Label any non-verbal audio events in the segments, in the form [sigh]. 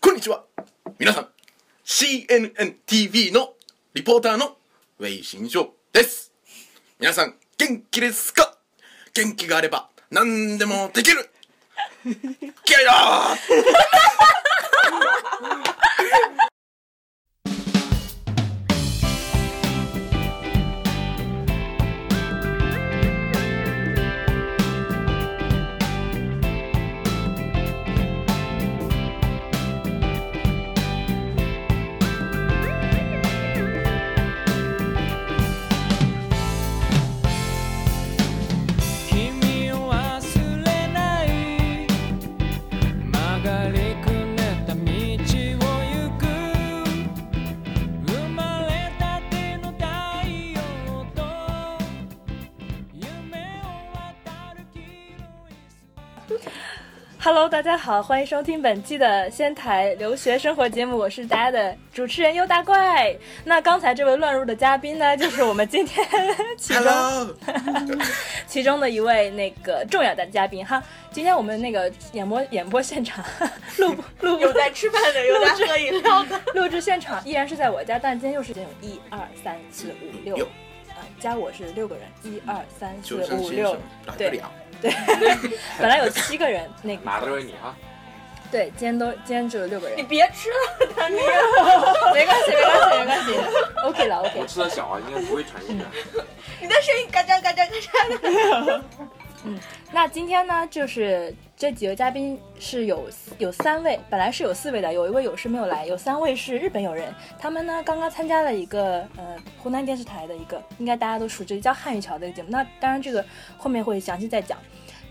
こんにちは皆さん CNNTV のリポーターのウェイ新庄です皆さん元気ですか元気があれば何でもできる気合いだ君を忘れない曲がりくねった道を行く生まれたての太陽と夢を渡る黄色い空 Hello，大家好，欢迎收听本期的仙台留学生活节目，我是大家的主持人优大怪。那刚才这位乱入的嘉宾呢，就是我们今天 [laughs] 其中 Hello 其中的一位那个重要的嘉宾哈。今天我们那个演播演播现场 [laughs] 录录有录在吃饭的，有在喝饮料的。录制现场依然是在我家，但今天又是这种一二三四五六有，啊，加我是六个人，一二三四就像五先生六，来不对了对， [laughs] 本来有七个人，那个哪都是你啊！对，今天都今天只有六个人你。别吃了，丹尼。 [laughs] 没关系，没关系，没关系。OK 了我，OK。吃的小啊，应该不会传染。 [laughs] 你的声音嘎吱嘎吱嘎吱的。 [laughs] 嗯那今天呢，就是这几位嘉宾是有有三位，本来是有四位的，有一位有事没有来，有三位是日本友人。他们呢刚刚参加了一个呃湖南电视台的一个，应该大家都熟知，叫《汉语桥》的一个节目。那当然这个后面会详细再讲。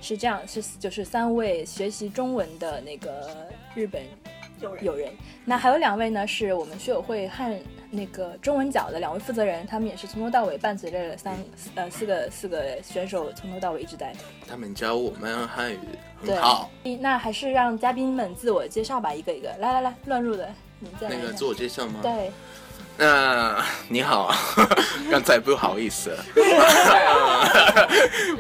是这样，是就是三位学习中文的那个日本有人友人。那还有两位呢，是我们学友会和那个中文角的两位负责人，他们也是从头到尾伴随着三呃四个四个选手从头到尾一直在。他们教我们汉语对很好那还是让嘉宾们自我介绍吧，一个一个。来来来，乱入的，你们再来那一个下自我介绍吗？对，那你好， [laughs] 刚才不好意思， [laughs]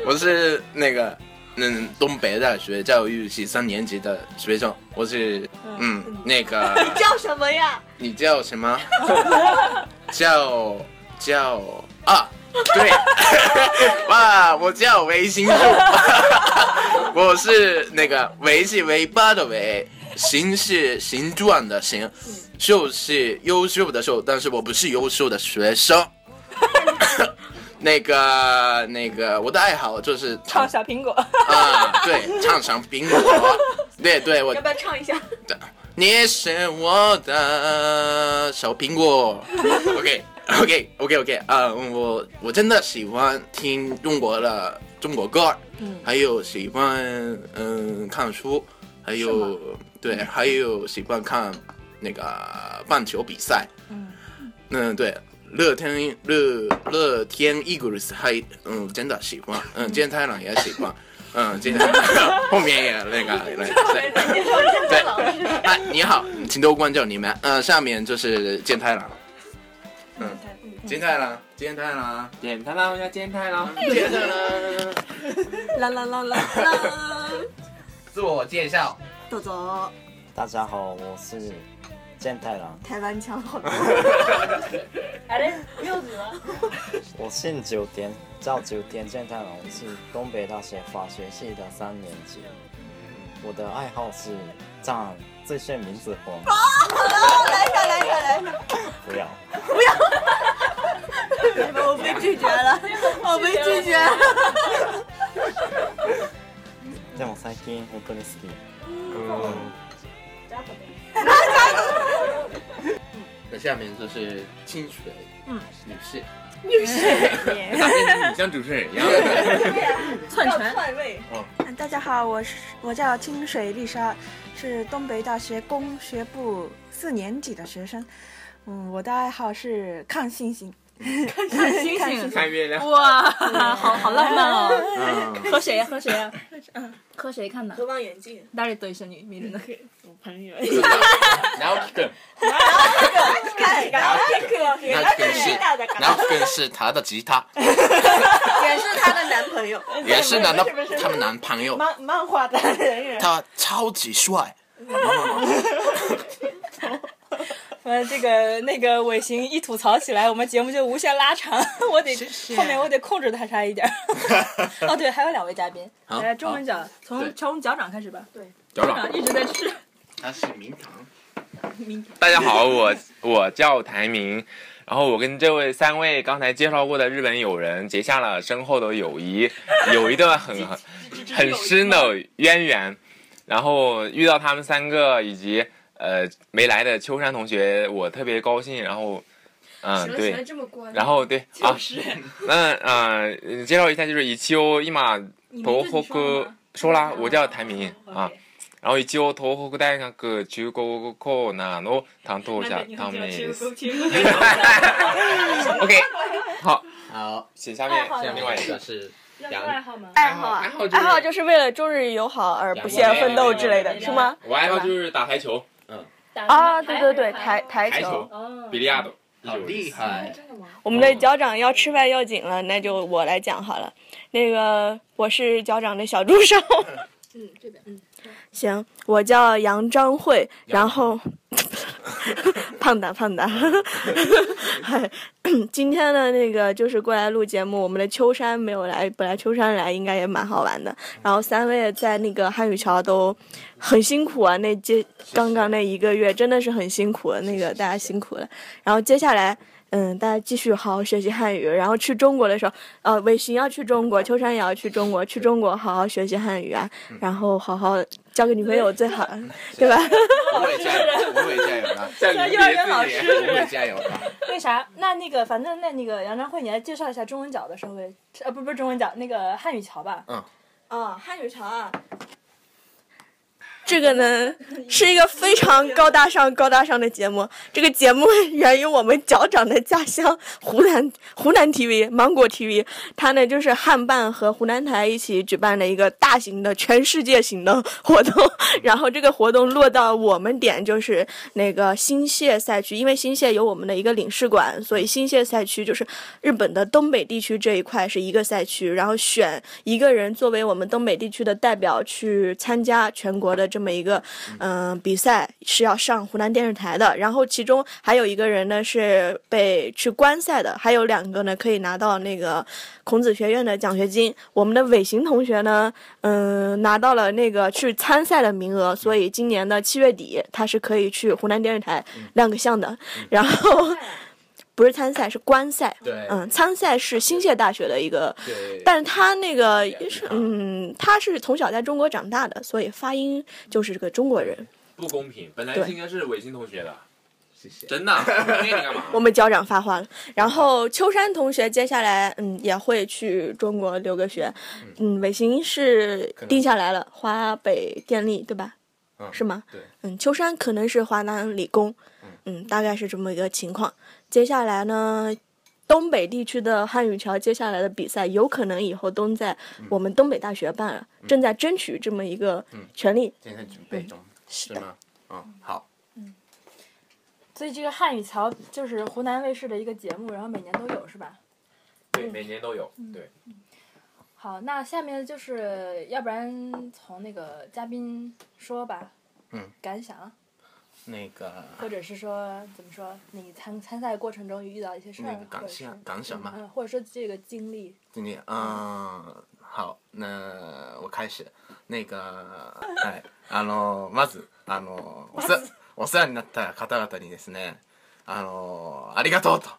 我是那个嗯东北大学教育系三年级的学生，我是嗯那个叫什么呀？你叫什 [laughs] 么？叫叫啊，对， [laughs] 哇，我叫维新树， [laughs] 我是那个维是维巴的维，形是形状的形，秀是优秀的秀，但是我不是优秀的学生。 [laughs] 那个那个，我的爱好就是唱小苹果。啊，对，唱上苹果，对对，我 [laughs] 要不要唱一下？你是我的小苹果。OK [laughs] OK OK OK 啊、我我真的喜欢听中国的中国歌，嗯还有喜欢嗯看书，还是有对，还有喜欢看那个棒球比赛。嗯嗯，对，乐天乐乐天 Eagles 还嗯真的喜欢，嗯，今天太郎也喜欢，嗯，今天后面也那个那个对。你说这个老师。哎，你好，请多关照你们。呃，下面就是健太郎，嗯，健太郎，健太郎，点他啦，要煎太郎。健太郎，啦啦啦啦啦。自我介绍。豆豆，大家好，我是健太郎，台湾腔好多。来嘞，柚子了。我姓九田，叫九田健太郎，我是东北大学法学系的三年级。我的爱好是唱这些名字 [laughs] 红，来一下，来一下，来一下。不要。我被拒绝了，我被拒绝了。でも最近本当に好き。那下面就是清水，嗯，女士，你像主持人一样。篡权。篡位。大家好，我是我叫清水丽莎，是东北大学工学部四年级的学生。嗯，我的爱好是看星星，看星星，看月亮。哇，好好浪漫哦！嗯，喝谁 [laughs] 呀？喝谁呀？喝谁看的？我望远镜。哪里对一女迷人的？嗯然后梗，看，然后这个然后梗是，然后梗是他的吉他，也是她的男朋友。也是男的，他们男朋友，漫漫画的人。他超级帅。 [laughs] 呃，这个那个尾行一吐槽起来，我们节目就无限拉长。 [laughs] 我得后面我得控制他差一点。 [laughs] 哦，对，还有两位嘉宾，哦好来中文讲，对从从脚掌开始吧。对，脚脚掌掌，嗯一直在吃。他是名堂，大家好，我我叫台明，然后我跟这位三位刚才介绍过的日本友人结下了深厚的友谊，有一段很很很深的渊源。然后遇到他们三个以及呃没来的秋山同学，我特别高兴。然后，嗯、对，这么关然后对啊，那呃介绍一下，就是以秋一马東北说嗯啦，我叫台明啊。然后一応東北大学中国語コーナーの担当者タメです。OK，好，好，写下面好写另外一这个。是爱好吗？爱好好啊爱好爱好是就是为了中日友好而不懈奋斗之类的，是吗？我爱好就是打台球、啊，对对对，台台台球球。、哦比利亚斗。好厉哦害！哎我们的脚长要吃饭要紧了，那就我来讲好了。那个我是脚长的小助手。嗯，这边嗯，行，我叫杨张慧，然后胖达胖达，嗨，今天呢那个就是过来录节目，我们的秋山没有来，本来秋山来应该也蛮好玩的，然后三位在那个汉语桥都很辛苦啊，那接刚刚那一个月真的是很辛苦，那个大家辛苦了，然后接下来。嗯，大家继续好好学习汉语，然后去中国的时候，呃，伟行要去中国，秋山也要去中国，去中国好好学习汉语啊，然后好好交个女朋友最好，对吧？我也加油，我也加油啊！像你幼儿园老师我也加油啊！为啥？那那个，反正那那个杨张慧，你来介绍一下中文角的社会，呃，不不是中文角，那个汉语桥吧。啊，汉语桥啊。这个呢是一个非常高大上、高大上的节目。这个节目源于我们脚长的家乡湖南湖南 TV 芒果 TV，它呢就是汉办和湖南台一起举办的一个大型的全世界型的活动。然后这个活动落到我们点就是那个新泻赛区，因为新泻有我们的一个领事馆，所以新泻赛区就是日本的东北地区这一块是一个赛区，然后选一个人作为我们东北地区的代表去参加全国的这么一个嗯、呃比赛，是要上湖南电视台的。然后其中还有一个人呢是被去观赛的，还有两个呢可以拿到那个孔子学院的奖学金。我们的伟行同学呢，嗯、拿到了那个去参赛的名额，所以今年的七月底他是可以去湖南电视台亮个相的。然后不是参赛是观赛，哎啊对嗯，参赛是新泻大学的一个对但是他那个是嗯，他是从小在中国长大的，所以发音就是这个中国人。不公平，本来对是应该是伟新同学的，谢谢。真的，那你干嘛？我们脚长发话了。然后秋山同学接下来嗯也会去中国留个学，嗯，尾行是定下来了，华北电力对吧？嗯是吗？对，嗯，秋山可能是华南理工，嗯，大概是这么一个情况。接下来呢，东北地区的汉语桥接下来的比赛，有可能以后都在嗯我们东北大学办了，正在争取这么一个权利。现在准备中，嗯是吗？嗯，好，所以这个汉语桥就是湖南卫视的一个节目，然后每年都有是吧？对，每年都有，对，好，那下面就是要不然从那个嘉宾说吧，嗯，感想，那个或者是说怎么说，你参参赛过程中遇到一些事儿，啊那个或港者是想港想嘛，嗯，或者说这个经历，今天嗯，好，那我开始。那个、はい、あのまずあのお世お世話になった方々にですね、あのありがとうと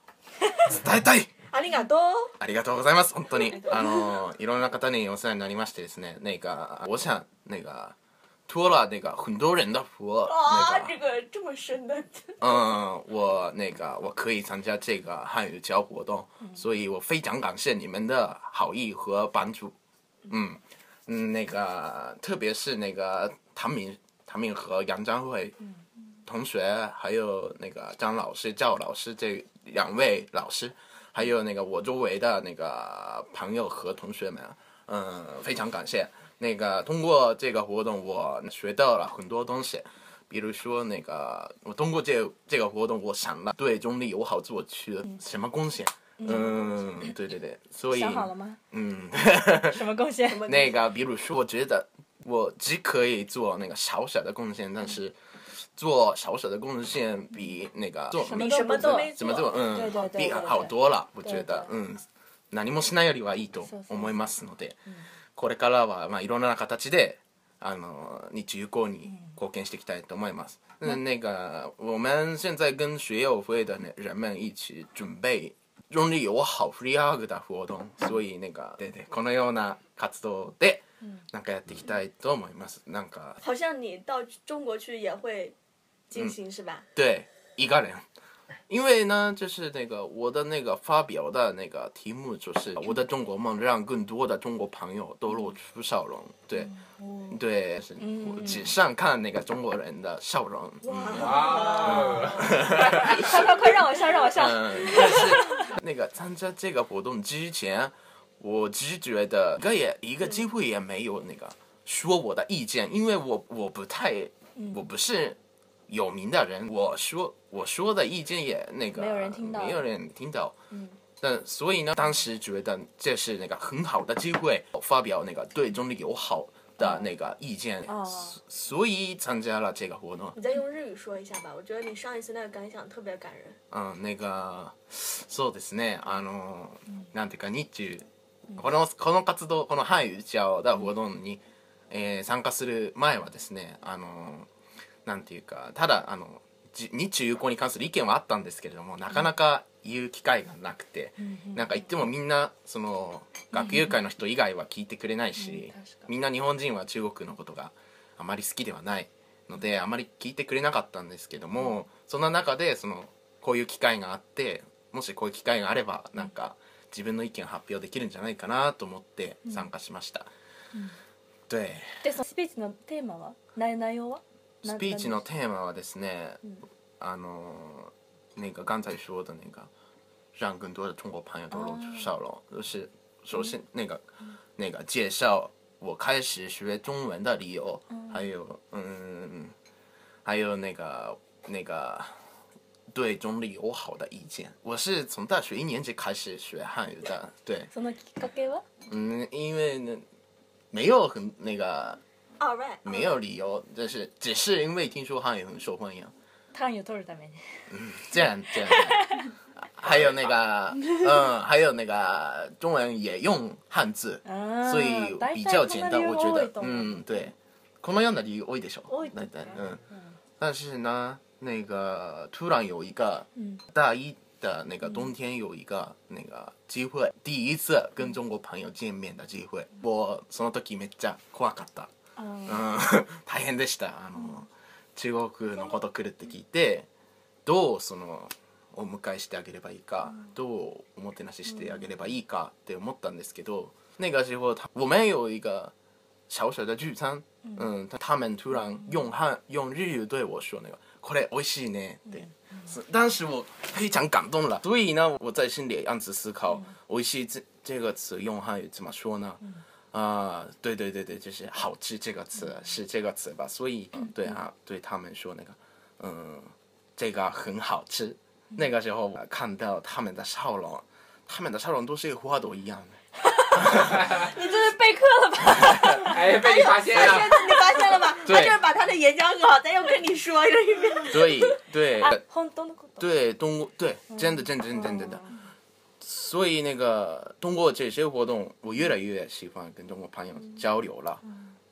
伝えたい。ありがとう。ありがとうございます。本当に。あの、いろんな方にお世話になりましてですね。那个、我想、那个、托了那个很多人的福。那个、个哦这么深的。 [laughs] 嗯，我那个我可以参加这个汉语交活动，所以我非常感谢你们的好意和帮助。嗯嗯，那个特别是那个唐敏、唐敏和杨章慧同学，还有那个张老师、赵老师这两位老师，还有那个我周围的那个朋友和同学们，嗯，非常感谢。那个通过这个活动，我学到了很多东西。比如说那个，我通过这这个活动，我想了对中立友好作区的什么贡献。嗯，对对对，所以想好 [laughs] 了吗？嗯，什么贡献？那个比如说，我觉得我只可以做那个小小的贡献，但是做小手的工作线比那个做什么都不做怎么做嗯对对对比对对好多了，我觉得对うん何もしないよりはいいとそうそう思いますので、これからはまあいろんな形であの日中友好に貢献していきたいと思います。嗯，那个我们现在跟学友会的人们一起准备中日友好 free hug 的活动，所以那个对对このような活動でなんかやっていきたいと思います。なんか好像你到中国去也会嗯进行是吧？对，一个人。因为呢，就是那个我的那个发表的那个题目就是我的中国梦，让更多的中国朋友都露出笑容。对，对，是我只想看那个中国人的笑容。嗯啊，快快快，让我笑，让我笑。嗯，但是那个参加这个活动之前，我只觉得一个也一个机会也没有那个说我的意见，因为我我不太嗯我不是有名的人，我说我说的意见也那个没有人听到嗯没有人听到。但所以呢，当时觉得这是那个很好的机会，发表那个对中立友好的那个意见，哦所所以参加了这个活动。你再用日语说一下吧，我觉得你上一次那个感想特别感人。うん、なんかそうですねあの、なんていうか日中このこの活動この反打ち合わせ活動に、えー参加する前はですねあのなんていうかただあのじ日中友好に関する意見はあったんですけれどもなかなか言う機会がなくて、なんか言ってもみんなその学友会の人以外は聞いてくれないし、みんな日本人は中国のことがあまり好きではないのであまり聞いてくれなかったんですけども、そんな中でそのこういう機会があってもしこういう機会があればなんか自分の意見を発表できるんじゃないかなと思って参加しました。对で、そのスピーチのテーマは、内内容は？スピーチのテーマはですね、あの那个刚才说的那个，让更多的中国朋友都露出笑容，就是首先那个那个介绍我开始学中文的理由，还有嗯，还有那个那个对中立友好的意见。我是从大学一年级开始学汉语的，对，そのきっかけは？嗯，因为呢没有很那个 All right，啊没有理由，就是只是因为听说汉语很受欢迎，単位を取るために。这样这样。这样还有那个，嗯，还有那个中文也用汉字，啊所以比较简单，我觉大得体こんな理由多いと，思う嗯，对，この样的理由多いでしょ，多いと那思う那嗯，但是呢，那个突然有一个大一的那个冬天有一个那个机会，第一次跟中国朋友见面的机会，我その時めっちゃ怖かった。うん、大変でしたあの、中国のこと来るって聞いてどうそのお迎えしてあげればいいか、どうおもてなししてあげればいいかって思ったんですけど、那个时候他我们有一个小小的聚餐，嗯，他他们突然用汉用日语对我说那个“これ美味しいね”对，是当时我非常感动了，所以呢，我在心里暗自思考“美味しい”这这个词用汉语怎么说呢？啊、对对对对，就是“好吃”这个词是这个词吧？所以对啊，对他们说那个，嗯，这个很好吃。那个时候我看到他们的笑容，他们的笑容都是花朵一样的。你这是备课了吧？哎，被你发现发了现。你发现了吗？对他就是把他的演讲稿再又跟你说了一遍。所以对，本当のこと。对，通过对，真的，真的，真的，真的真的。所以那个通过这些活动，我越来越喜欢跟中国朋友交流了。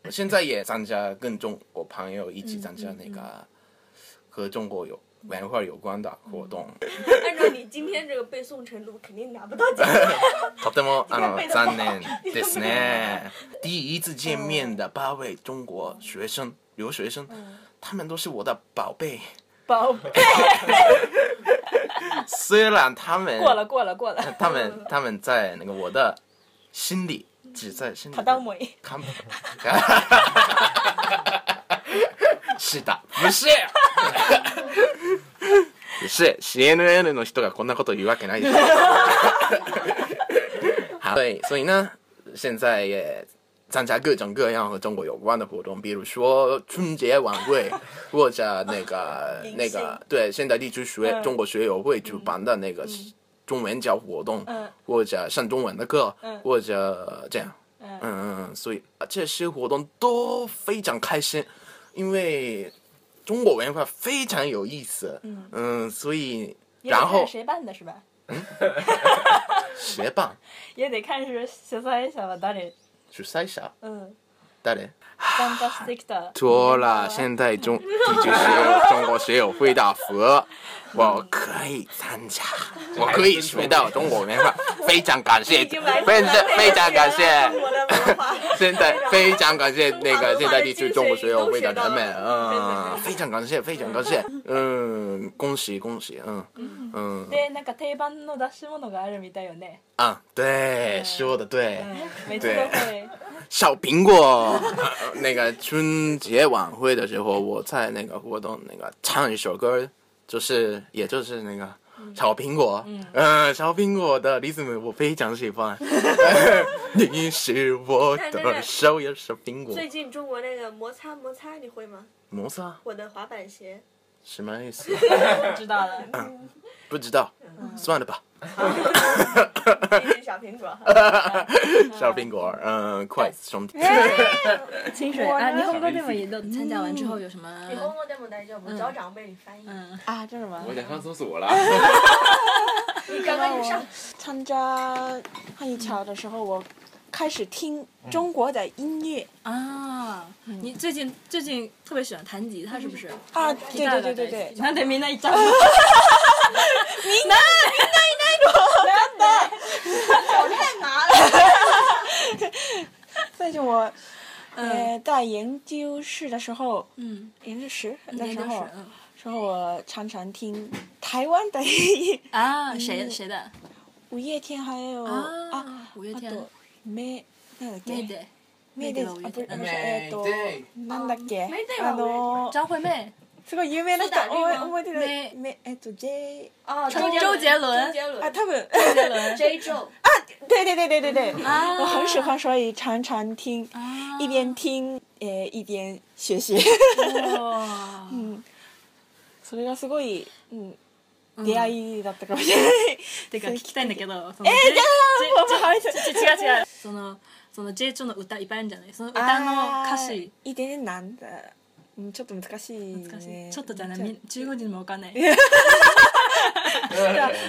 我现在也参加跟中国朋友一起参加那个和中国有文化有关的活动。按照你今天这个背诵程度，肯定拿不到 [laughs] 奖。とてもあの背得不好残念啊ですね。 [laughs] 第一次见面的八位中国学生留学生，他们都是我的宝贝。宝贝，虽然他们过了过了过了。他们他们在那个我的心里，只在心里。他当我一他们，是的，不是。不是 CNN の人がこんなこと言うわけないでしょ。好，对，所以呢，现在也参加各种各样和中国有关的活动，比如说春节晚会，或者那个那个对现代地区学中国学友会主办的那个中文教活动，或者上中文的课，或者这样，嗯呃嗯，嗯所以啊这些活动都非常开心，因为中国文化非常有意思。嗯所以也得然后看谁办的是吧？学霸也得看是小三小吧，誰主宰者嗯，誰？参加してきた。错了，现在中地区学友中国学友会大 [laughs] 佛，我可以参加，我可以学到中国文化， [laughs] 非常感谢，非常非常感谢。 [laughs] 我的文化。现在非常感谢那 [laughs] 个现在地区中国学友会的人 [laughs] 们，嗯，非常感谢，非常感谢， [laughs] 嗯，恭喜恭喜，嗯嗯でなんか定番の出し物があるみたいよね。啊，对，说的对，每次都会。小苹果， [laughs] 呃那个春节晚会的时候，我在那个活动那个唱一首歌，就是也就是那个小苹果，嗯、小苹果的李子姆我非常喜欢，你是我的手，也是苹果，最近中国那个摩擦摩擦，你会吗？摩擦我的滑板鞋。什么意思？知道了。不知道，算了吧。毕竟小苹果。小苹果，嗯，快兄弟，清水啊，日本語でもいいの参加完之后有什么？你公公这么大叫，我找长辈你翻译。啊，这是什么？我想上厕所了。你刚刚你上参加汉语桥的时候，我开始听中国的音乐啊，你最近最近特别喜欢弹吉他是不是？啊，对对对对对，なんでみんな言っちゃう？みんなみんないないの？最近我呃在研究室的时候，嗯，研究室的那时都候是，嗯时候我常常听台湾的 [laughs] 音乐，啊，谁谁的五月天还有啊，啊？五月天あと咩なんだっ妹的け咩ですあメイぶデイあぶえっとなんだっ哦けメイデイはあの张惠妹すごい有名な人そうだリー覚えマン覚えてメるイめえっと J 哦，周杰伦周杰哎伦啊多分啊 [laughs] ，J. Joe。对对对对对对，啊我很喜欢，所以常常听，啊一边听呃一边 [laughs] 学习。 [laughs] 哇，それがすごいうん嗯出会いだ [laughs] ったかもしれない。てか聞きたいんだけど。ええじゃあもうもうちょ違う違う。そのその J チョの歌いっぱいあるんじゃない？その歌の歌詞あー一点なんだ。うんちょっと難しいね。難しいちょっとじゃないみ中国人もわかんない。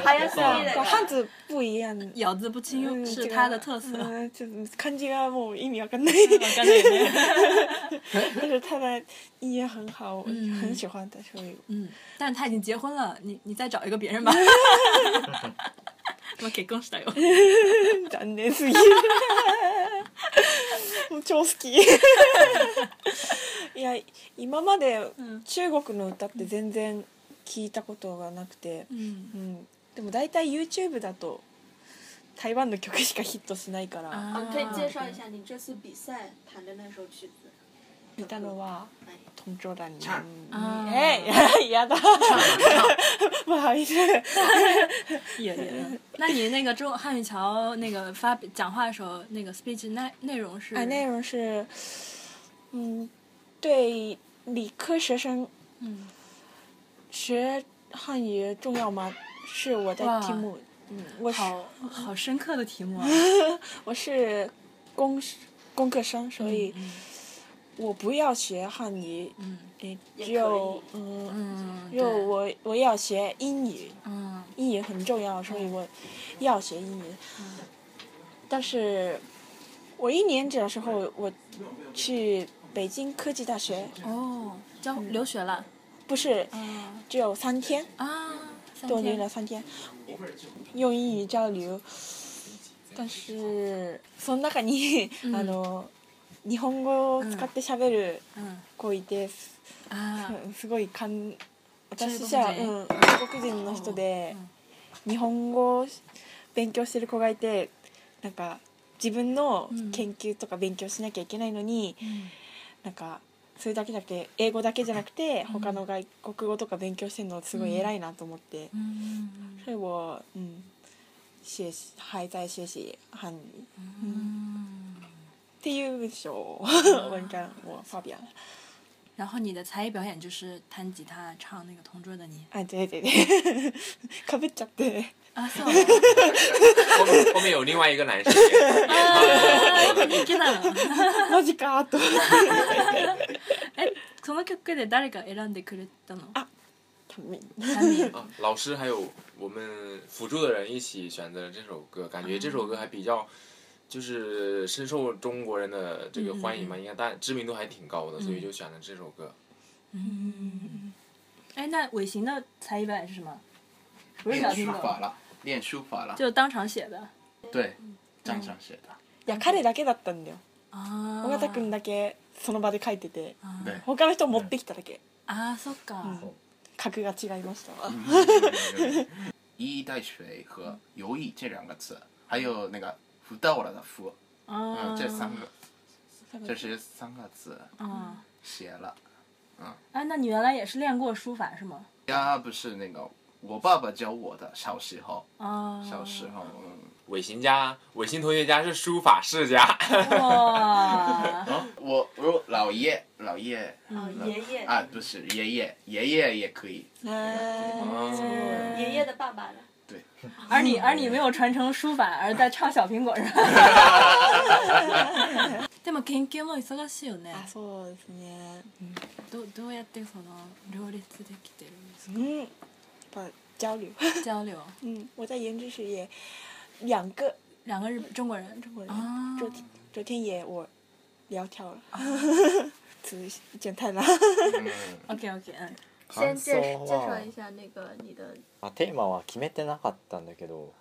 还有自己そう的。漢字不一样。咬字不う清ん是違う它的特色。わうんちょっと漢字がもう意味わかんない。かんないよね。但是他的音乐很好，我嗯很喜欢的，所以嗯，但他已经结婚了，你你再找一个别人 [laughs] 吧。我結婚したよ。残念 [laughs] すぎる。もう超好き。いや今までん中国の歌って全然聞いたことがなくて、嗯うん、でも大体 YouTube だと台湾の曲しかヒットしないから啊啊，可以介绍一下你这次比赛弹的那首曲子。聞いたのは哎「トンチョランに」あーえいややだ [laughs] 不好意思也也。 [laughs] 那你那个中汉语桥那个发表讲话的时候，那个 speech 内内容是啊，内容是，嗯，对理科学生嗯学汉语重要吗？是我的哇题目。嗯，我是好好深刻的题目 [laughs] 啊。我是工工科生，所以我不要学汉语，嗯诶也只可有以嗯，嗯，只有我我要学英语，嗯英语很重要，所以我要学英语。但是，我一年级的时候，我去北京科技大学，哦，交留学了不是啊只有三天，啊，三嗯多留天了三天，用英语交流。但是，その中に、あの日本語を使って喋る嗯子いて、す啊すごい感私じ中ゃ、国人うん、中国人の人で、日本語を勉強してる子がいてなんか自分のうん研究とか勉強しなきゃいけないのに、なんかそれだけだけ英語だけじゃなくて他の外国語とか勉強してるのすごい偉いなと思って、嗯所以我嗯学习还在学习汉语。嗯，っていう文章を文章我发表了。然后你的才艺表演就是弹吉他唱那个《同桌的你あ、对对 [laughs] 对，かぶっち [laughs] ゃって。》啊，算了。后面后面有另外一个男生也也唱了。真的。マジかーと。哎，その曲で誰が選んでくれたの？他们他们啊，老师还有我们辅助的人一起选择了这首歌，感觉这首歌还比较，就是深受中国人的这个欢迎嘛，应该大知名度还挺高的，所以就选了这首歌。哎，那尾行的才艺表演是什么？不是小练提书琴，法了，练书法了，就当场写的对，当场写的，いや彼だけだったんだよ啊尾形君だけその場で書いてて对。他の人持ってきただけ啊，そっか。格が違いましたわ一衣带水和游弋这两个词，还有那个福到了的福，嗯，啊，这三个，这是三个字啊。写了。哎，那你原来也是练过书法是吗？呀，不是那个我爸爸教我的，小时候，啊，小时候，嗯，伟新家，伟新同学家是书法世家，哇，我我老爷老爷嗯啊，爷爷，啊，不是爷爷爷爷也可以，爷爷的爸爸呢？而你而你没有传承书法，而在唱小苹果是吧？でも研究も忙しいよね。啊あそうですねどどうやってその両立できてるんですうんやっぱ交流か？交流，嗯，我在研制室也两个两个日本中国人中国人，啊，昨天昨天也我聊跳了， [laughs] 词简太郎， OK OK，嗯，啊先介感想介绍は一下那个你的，まあテーマは決めてなかったんだけど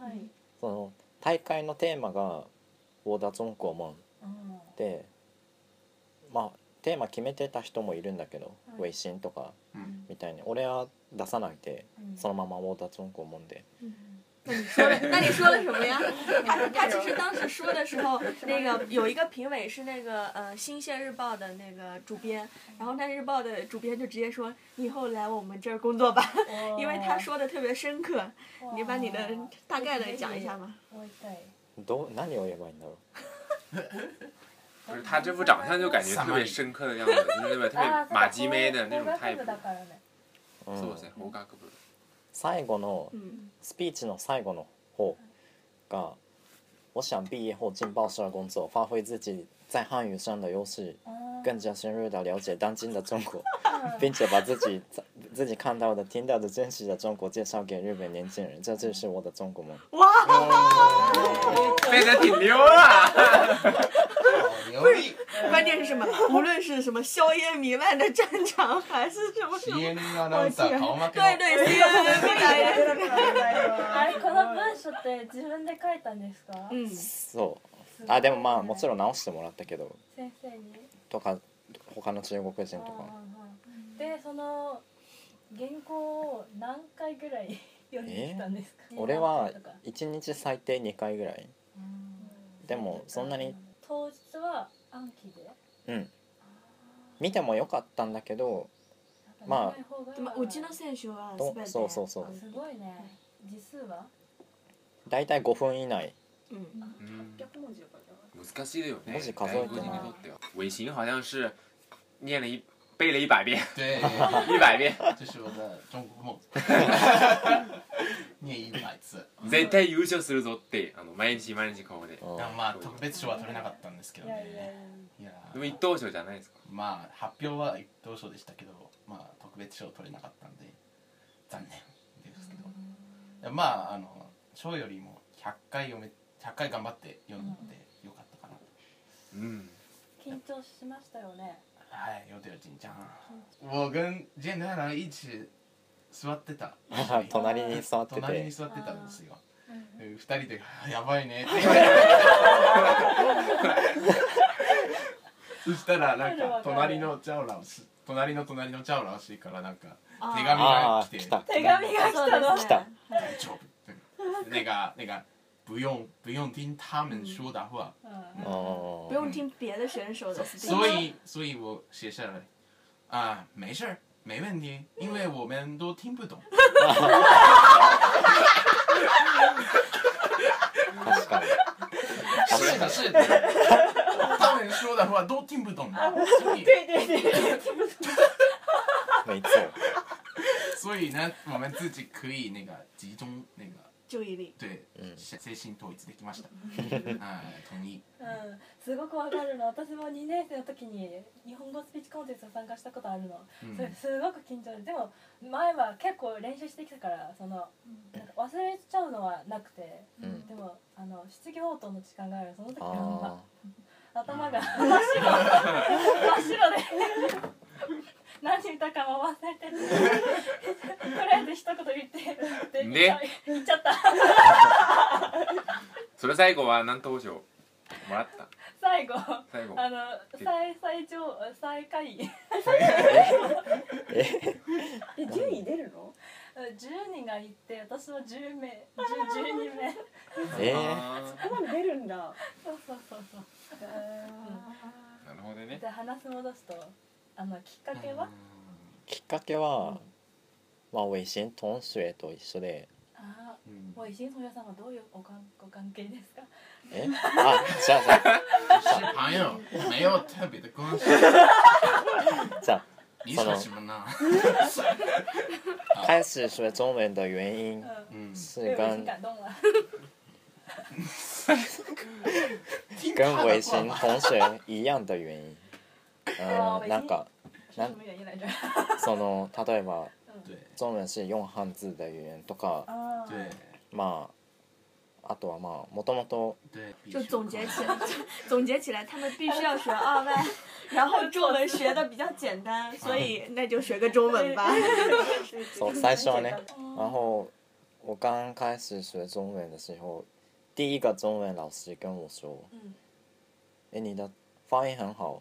その大会のテーマが「オーダーゾンコーモン」でまあテーマ決めてた人もいるんだけど「ウェイシン」とかうんみたいに俺は出さないでそのまま「オーダーゾンコーモン」で那你说了什么呀？他他只是当时说的时候，那个有一个评委是那个呃《新鲜日报》的那个主编，然后那日报的主编就直接说：“你以后来我们这儿工作吧。”因为哦他说的特别深刻。你把你的大概的讲一下吧。どう何を言えばいいんだろう不是他这副长相就感觉特别深刻的样子，就是那种特别马基妹啊的那种 type。うんそうですね、合格部。最後の嗯，スピーチの最後の方が我想毕业后进报社工作，发挥自己在汉语上的优势，更加深入的了解当今的中国，并且把自己在自己看到的、听到的真实的中国介绍给日本年轻人，这就是我的中国梦。背的挺溜啊！牛逼！关键是 [laughs] 什么？无论是什么硝烟弥漫的战场，还是什么什么，要那打头吗？对对，吸烟弥漫。あれこの文章って自分で書いたんですか？嗯，そう。あ、でもまあもちろん直してもらったけど、先生に。とか他の中国人とか。でその原稿を何回ぐらい読んできたんですか？俺は一日最低2回ぐらい。でもそんなに当日は暗記で。うん見てもよかったんだけど、まあうちの選手はとそうそうそう。すごいね。字数は？だいたい5分以内嗯難しいよね。文字数えてない尾行好像是念了一背了一百遍，对，一百遍。这是我的中国梦，念一百字。絶対優勝するぞってあの毎日毎日顔で。うんでもまあ特別賞は取れなかったんですけどね。いやでも一等賞じゃないですか。まあ発表は一等賞でしたけど、まあ特別賞取れなかったんで残念ですけど。でまああの賞よりも100回読め100回頑張って読んでよかったかな。嗯，緊張しましたよね。はい、有点紧张。我跟简太郎一起座ってた。 [laughs] 隣に座って隣にて座ってたんですよ。二人で「やばい [laughs] ね」ってそしたらなんか隣のチャオラオス隣の隣のチャオラオスからなんか手紙あがあ来て来た大そうです来た丈夫」って那个那个不用不用听他们说的话うん不用听别的选手的。所以所以我写下来啊没事儿没问题因为我们都听不懂確かに是的，是的，他们说的话都听不懂的，所以没错所以呢，我们自己可以那个集中那个注意力。对、精神統一できました。はい、同意。うん、すごくわかるの私も2年生の時に日本語スピーチコンテスト参加したことあるの、うんそれすごく緊張ででも前は結構練習してきたからその、なんか忘れちゃうのはなくて、うんでもあの質疑応答の時間があるその時はあ頭が真っ白真っ白で何言ったかも忘れててとりあえず一言言ってでね言っちゃったそれ最後は何投票もらった最後最後あの最最上最下位え順位出るの？ 10人が行って私は10名10 12名えーそこまで出るんだ。そうそうそうそうなるほどねで話し戻すとあのきっかけはきっかけは、まあ、微信同学と一緒で、ああもう石井宗也さんはどういうおかんご関係ですか [laughs] え、あ、じゃあじゃ是朋友，没有特别的关 [laughs] 系。 [laughs] あじゃあ你说什么呢？开始学中文的原因嗯，是对我已跟经感动 [laughs] 了跟微信同学一样的 [laughs] 原因。啊嗯，なんか是那什么原因来着その例えば对中文是用汉字的语言とか、嗯啊对まああとはまあもと [laughs] もと对，就总结起来，总结起来，他们必须要学二外，然后中文学的比较简单，所以那就学个中文吧。 [laughs] そう最初はね、哦然后我刚开始学中文的时候，第一个中文老师跟我说：“嗯哎，你的发音很好，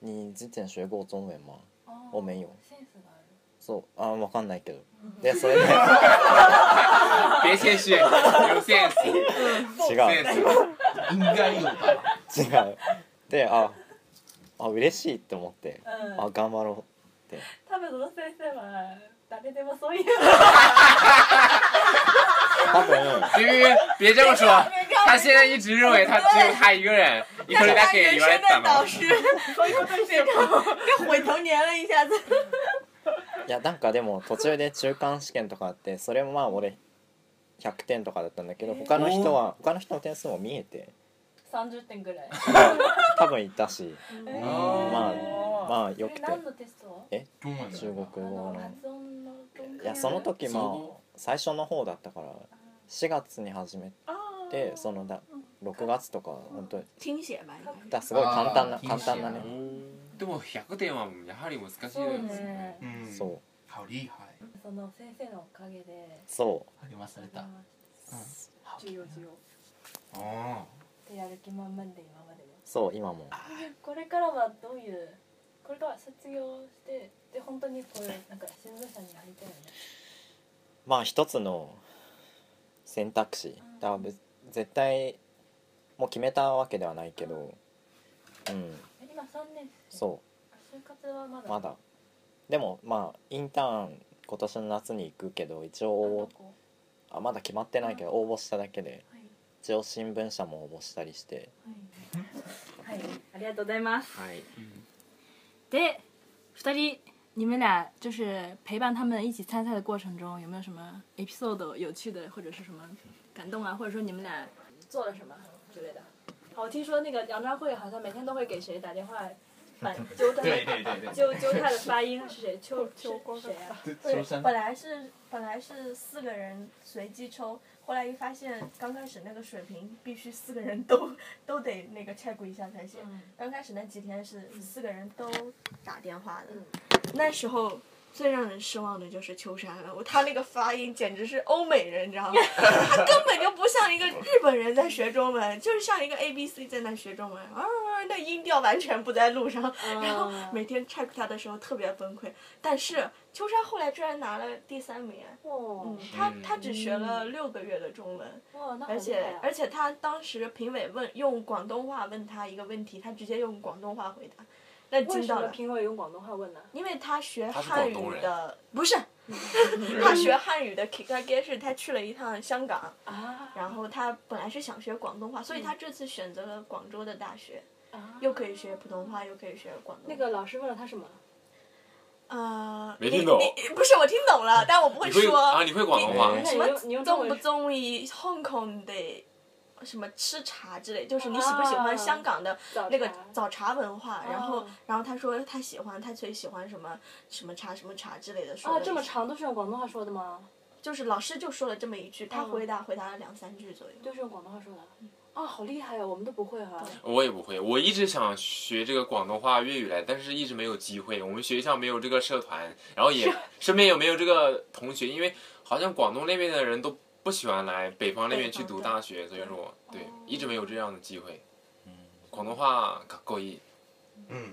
你之前学过中文吗？”我没有。センスがあるそう、あ、わかんないけど。で、そ [laughs] れで違别谦虚有 sense う sense 应该有吧？違う。で、あ、あ嬉しいって思って、あ頑張ろうって。多分その先生は誰でもそういう多分别别别这么说，他现在一直认为他只有他一个人，一个人在给原来怎么？毁童年了一下子。 [laughs] いやなんかでも途中で中間試験とかあって、それもまあ俺100点とかだったんだけど、他の人は他の人の点数も見えて。 [laughs] 30点ぐらい多分行ったし、えまあまあそよくれて何のテスト中文中国あ語のの発音の文いやその時そも最初の方だったから4月に始めてそのだ6月とか本当に听写吧，应该。だすごい簡単なあー簡単なねでも100点はやはり難しいですそうね嗯，そう好厉害，その先生のおかげでそ励まされた。重要重要哦，でやる気満々で今までもうそう今もこれからはどういうこれから卒業してで本当にこういうなんか新聞社になりたいよねまあ一つの選択肢だから別絶対もう決めたわけではないけどうんえ今3年生そう就活はまだまだでもまあインターン今年の夏に行くけど一応応募あまだ決まってないけど応募しただけではい一応新聞社も応募したりしてはい、ありがとうございますはいで2人你们俩就是陪伴他们一起参赛的过程中，有没有什么 episode 有趣的，或者是什么感动啊，或者说你们俩做了什么之类的？好我听说那个杨昭慧好像每天都会给谁打电话，反纠正对对对对，纠纠他的发音是谁？秋秋光谁啊？秋山本来是本来是四个人随机抽，后来一发现刚开始那个水平必须四个人都 [laughs] 都得那个 check 一下才行。刚开始那几天是四个人都打电话的，那时候。最让人失望的就是秋山了，我他那个发音简直是欧美人，你知道吗？ [laughs] 他根本就不像一个日本人在学中文，就是像一个 A B C 在那学中文，啊，那音调完全不在路上。然后每哦天 check 他的时候特别崩溃，但是秋山后来居然拿了第三名，哇嗯，他他只学了六个月的中文，哇，哦那好而厉且害而啊！且他当时评委问用广东话问他一个问题，他直接用广东话回答，那为惊什到么了。评委用广东话问呢？因为他学他是汉广东语人的，不是， [laughs] 他学汉语的 Kikage 是他去了一趟香港，啊然后他本来是想学广东话，所以他这次选择了广州的大学，嗯啊！又可以学普通话，又可以学广东话。那个老师问了他什么？呃，没听懂你你不是我听懂了，但我不你会说啊你会广东话你什那你用你么用中中不文中意 Hong Kong 的什么吃茶之类，就是你喜不喜欢啊香港的早那个茶早茶文化？然后哦然后他说他喜欢，他最喜欢什么什么茶什么茶之类的说啊，了这一么句长都是用广东话说的吗？就是老师就说了这么一句，他嗯回答回答了两三句左右。就是用广东话说的。啊，好厉害呀、我们都不会啊哈、我也不会，我一直想学这个广东话、粤语来，但是一直没有机会。我们学校没有这个社团，然后 [laughs] 也身边也没有这个同学，因为好像广东那边的人都不喜欢来北方哦那边去读大学，所以说我对一直没有这样的机会。广东话够意，嗯，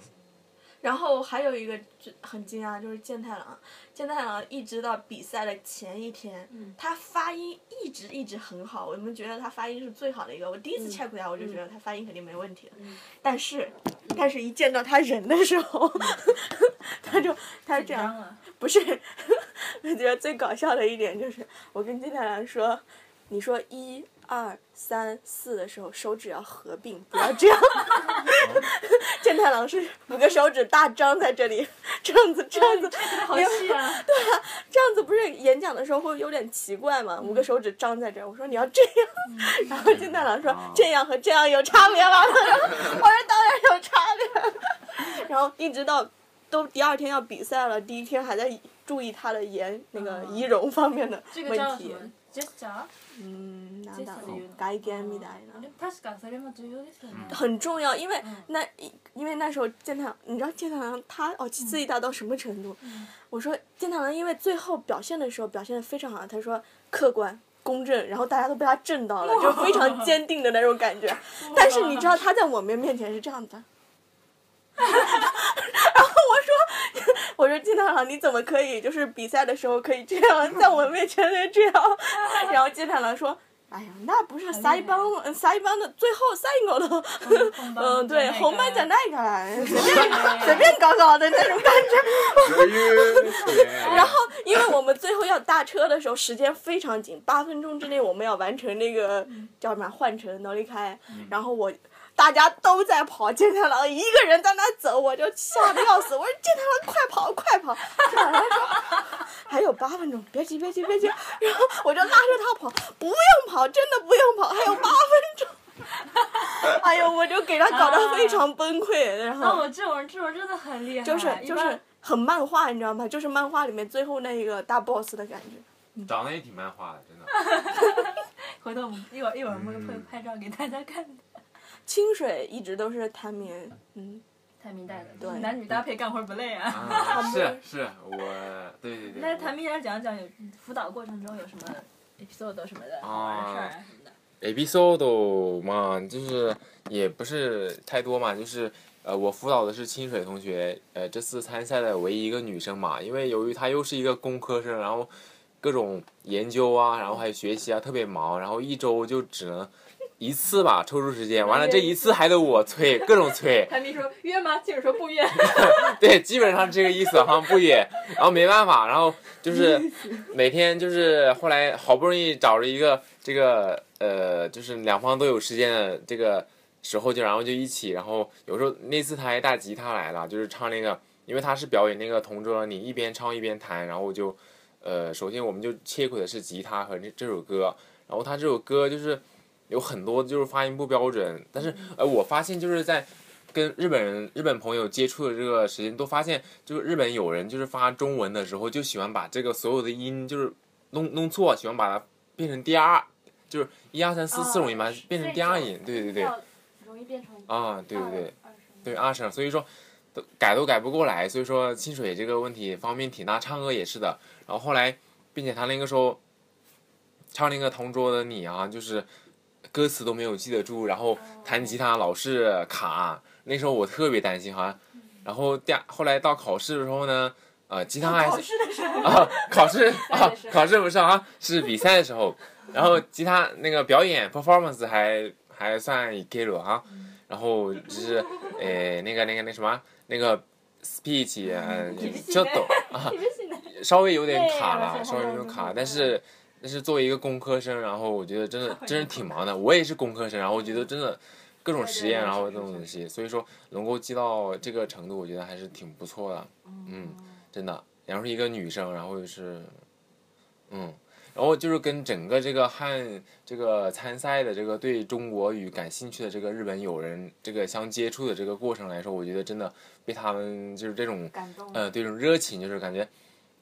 然后还有一个就很惊讶，就是健太郎，健太郎一直到比赛的前一天，他发音一直一直很好，我们觉得他发音是最好的一个。我第一次 check 他，我就觉得他发音肯定没问题了。但是，但是一见到他人的时候，他就他就这样，不 [laughs] 是，我觉得最搞笑的一点就是，我跟金太郎说，你说一二三四的时候，手指要合并，不要这样。健太郎是五个手指大张在这里，这样子，这样子，好细啊！对啊，这样子不是演讲的时候会有点奇怪吗？嗯五个手指张在这儿，我说你要这样，然后金太郎说这样和这样有差别吗？我 [laughs] 说当然有差别，然后一直到都第二天要比赛了，第一天还在注意他的言那个仪容方面 [laughs] 的嗯这个叫问什题么。？gesture。嗯，なんだろ这う是外見みたいな。確かそれも重要ですよね。很重要，因为那因为那时候建太郎，你知道建太郎他哦自己大到什么程度？我说建太郎因为最后表现的时候表现的非常好，他说客观公正，然后大家都被他震到了，就非常坚定的那种感觉。但是你知道他在我们面前是这样的。 [laughs] 然后我说， [laughs] 我说金太郎，你怎么可以就是比赛的时候可以这样，在我面前就这样？ [laughs] 然后金太郎说，哎呀，那不是塞班，嗯塞班的最后塞我了，嗯，对，红班在那个啦，随便随便搞搞的那种感觉。然后，因为我们最后要搭车的时候，时间非常紧，八分钟之内我们要完成那个叫什么换乘能离开。然后我大家都在跑，健太郎一个人在那走，我就吓得要死。我说健太郎快跑快跑！健太郎说还有八分钟，别急别急别急。然后我就拉着他跑，不用跑，真的不用跑，还有八分钟。 [laughs] 哎呦，我就给他搞得非常崩溃，然那后哦我这种人这种人真的很厉害，就是哎一就般是很漫画，你知道吗？就是漫画里面最后那一个大 boss 的感觉。嗯长得也挺漫画的， [laughs] 真的。回头我们一会儿一会儿我们会拍照给大家看的。清水一直都是谭明，嗯，谭明带的，对男女搭配干活不累啊。啊，是是，我对对对。那谭明来讲一讲有辅导过程中有什么 episode 什么的好玩的事儿啊什么的。 episode 嘛，就是也不是太多嘛，就是呃，我辅导的是清水同学，呃，这次参赛的唯一一个女生嘛，因为由于她又是一个工科生，然后各种研究啊，然后还有学习啊，特别忙，然后一周就只能一次吧，抽出时间，完了这一次还得我催，各种催，谭明说约吗？静儿说不约。 [laughs] 对，基本上这个意思，好像不约，然后没办法，然后就是每天就是后来好不容易找着一个这个呃，就是两方都有时间的这个时候就然后就一起，然后有时候那次他还带吉他来了，就是唱那个，因为他是表演那个同桌，你一边唱一边弹，然后我就呃，首先我们就切口的是吉他和这这首歌，然后他这首歌就是有很多就是发音不标准，但是呃，我发现就是在。跟日本人、日本朋友接触的这个时间，都发现就是日本友人就是发中文的时候，就喜欢把这个所有的音就是弄弄错，喜欢把它变成第二，就是一二三哦四四种音嘛，变成第二音。对对对，容易变成啊，对对二对，声。对二声，所以说都改都改不过来，所以说清水这个问题方面挺大，唱歌也是的。然后后来，并且他那个时候唱那个《同桌的你》啊，就是歌词都没有记得住，然后弹吉他老是卡，那时候我特别担心哈。然后第二后来到考试的时候呢，呃，吉他还是啊，考试啊，考试不是啊，是比赛的时候，然后吉他那个表演 performance 还还算 K 了啊，然后就是呃那个那个那什么那个 speech [laughs] 嗯就懂啊，稍微有点卡了，稍微有点卡，但是但是作为一个工科生，然后我觉得真的真是挺忙的，我也是工科生，然后我觉得真的。各种实验，然哦后各种东西，所以说能够记到这个程度，我觉得还是挺不错的。嗯，真的。然后是一个女生，然后就是，嗯，然后就是跟整个这个汉这个参赛的这个对中国语感兴趣的这个日本友人这个相接触的这个过程来说，我觉得真的被他们就是这种感动呃，对这种热情，就是感觉，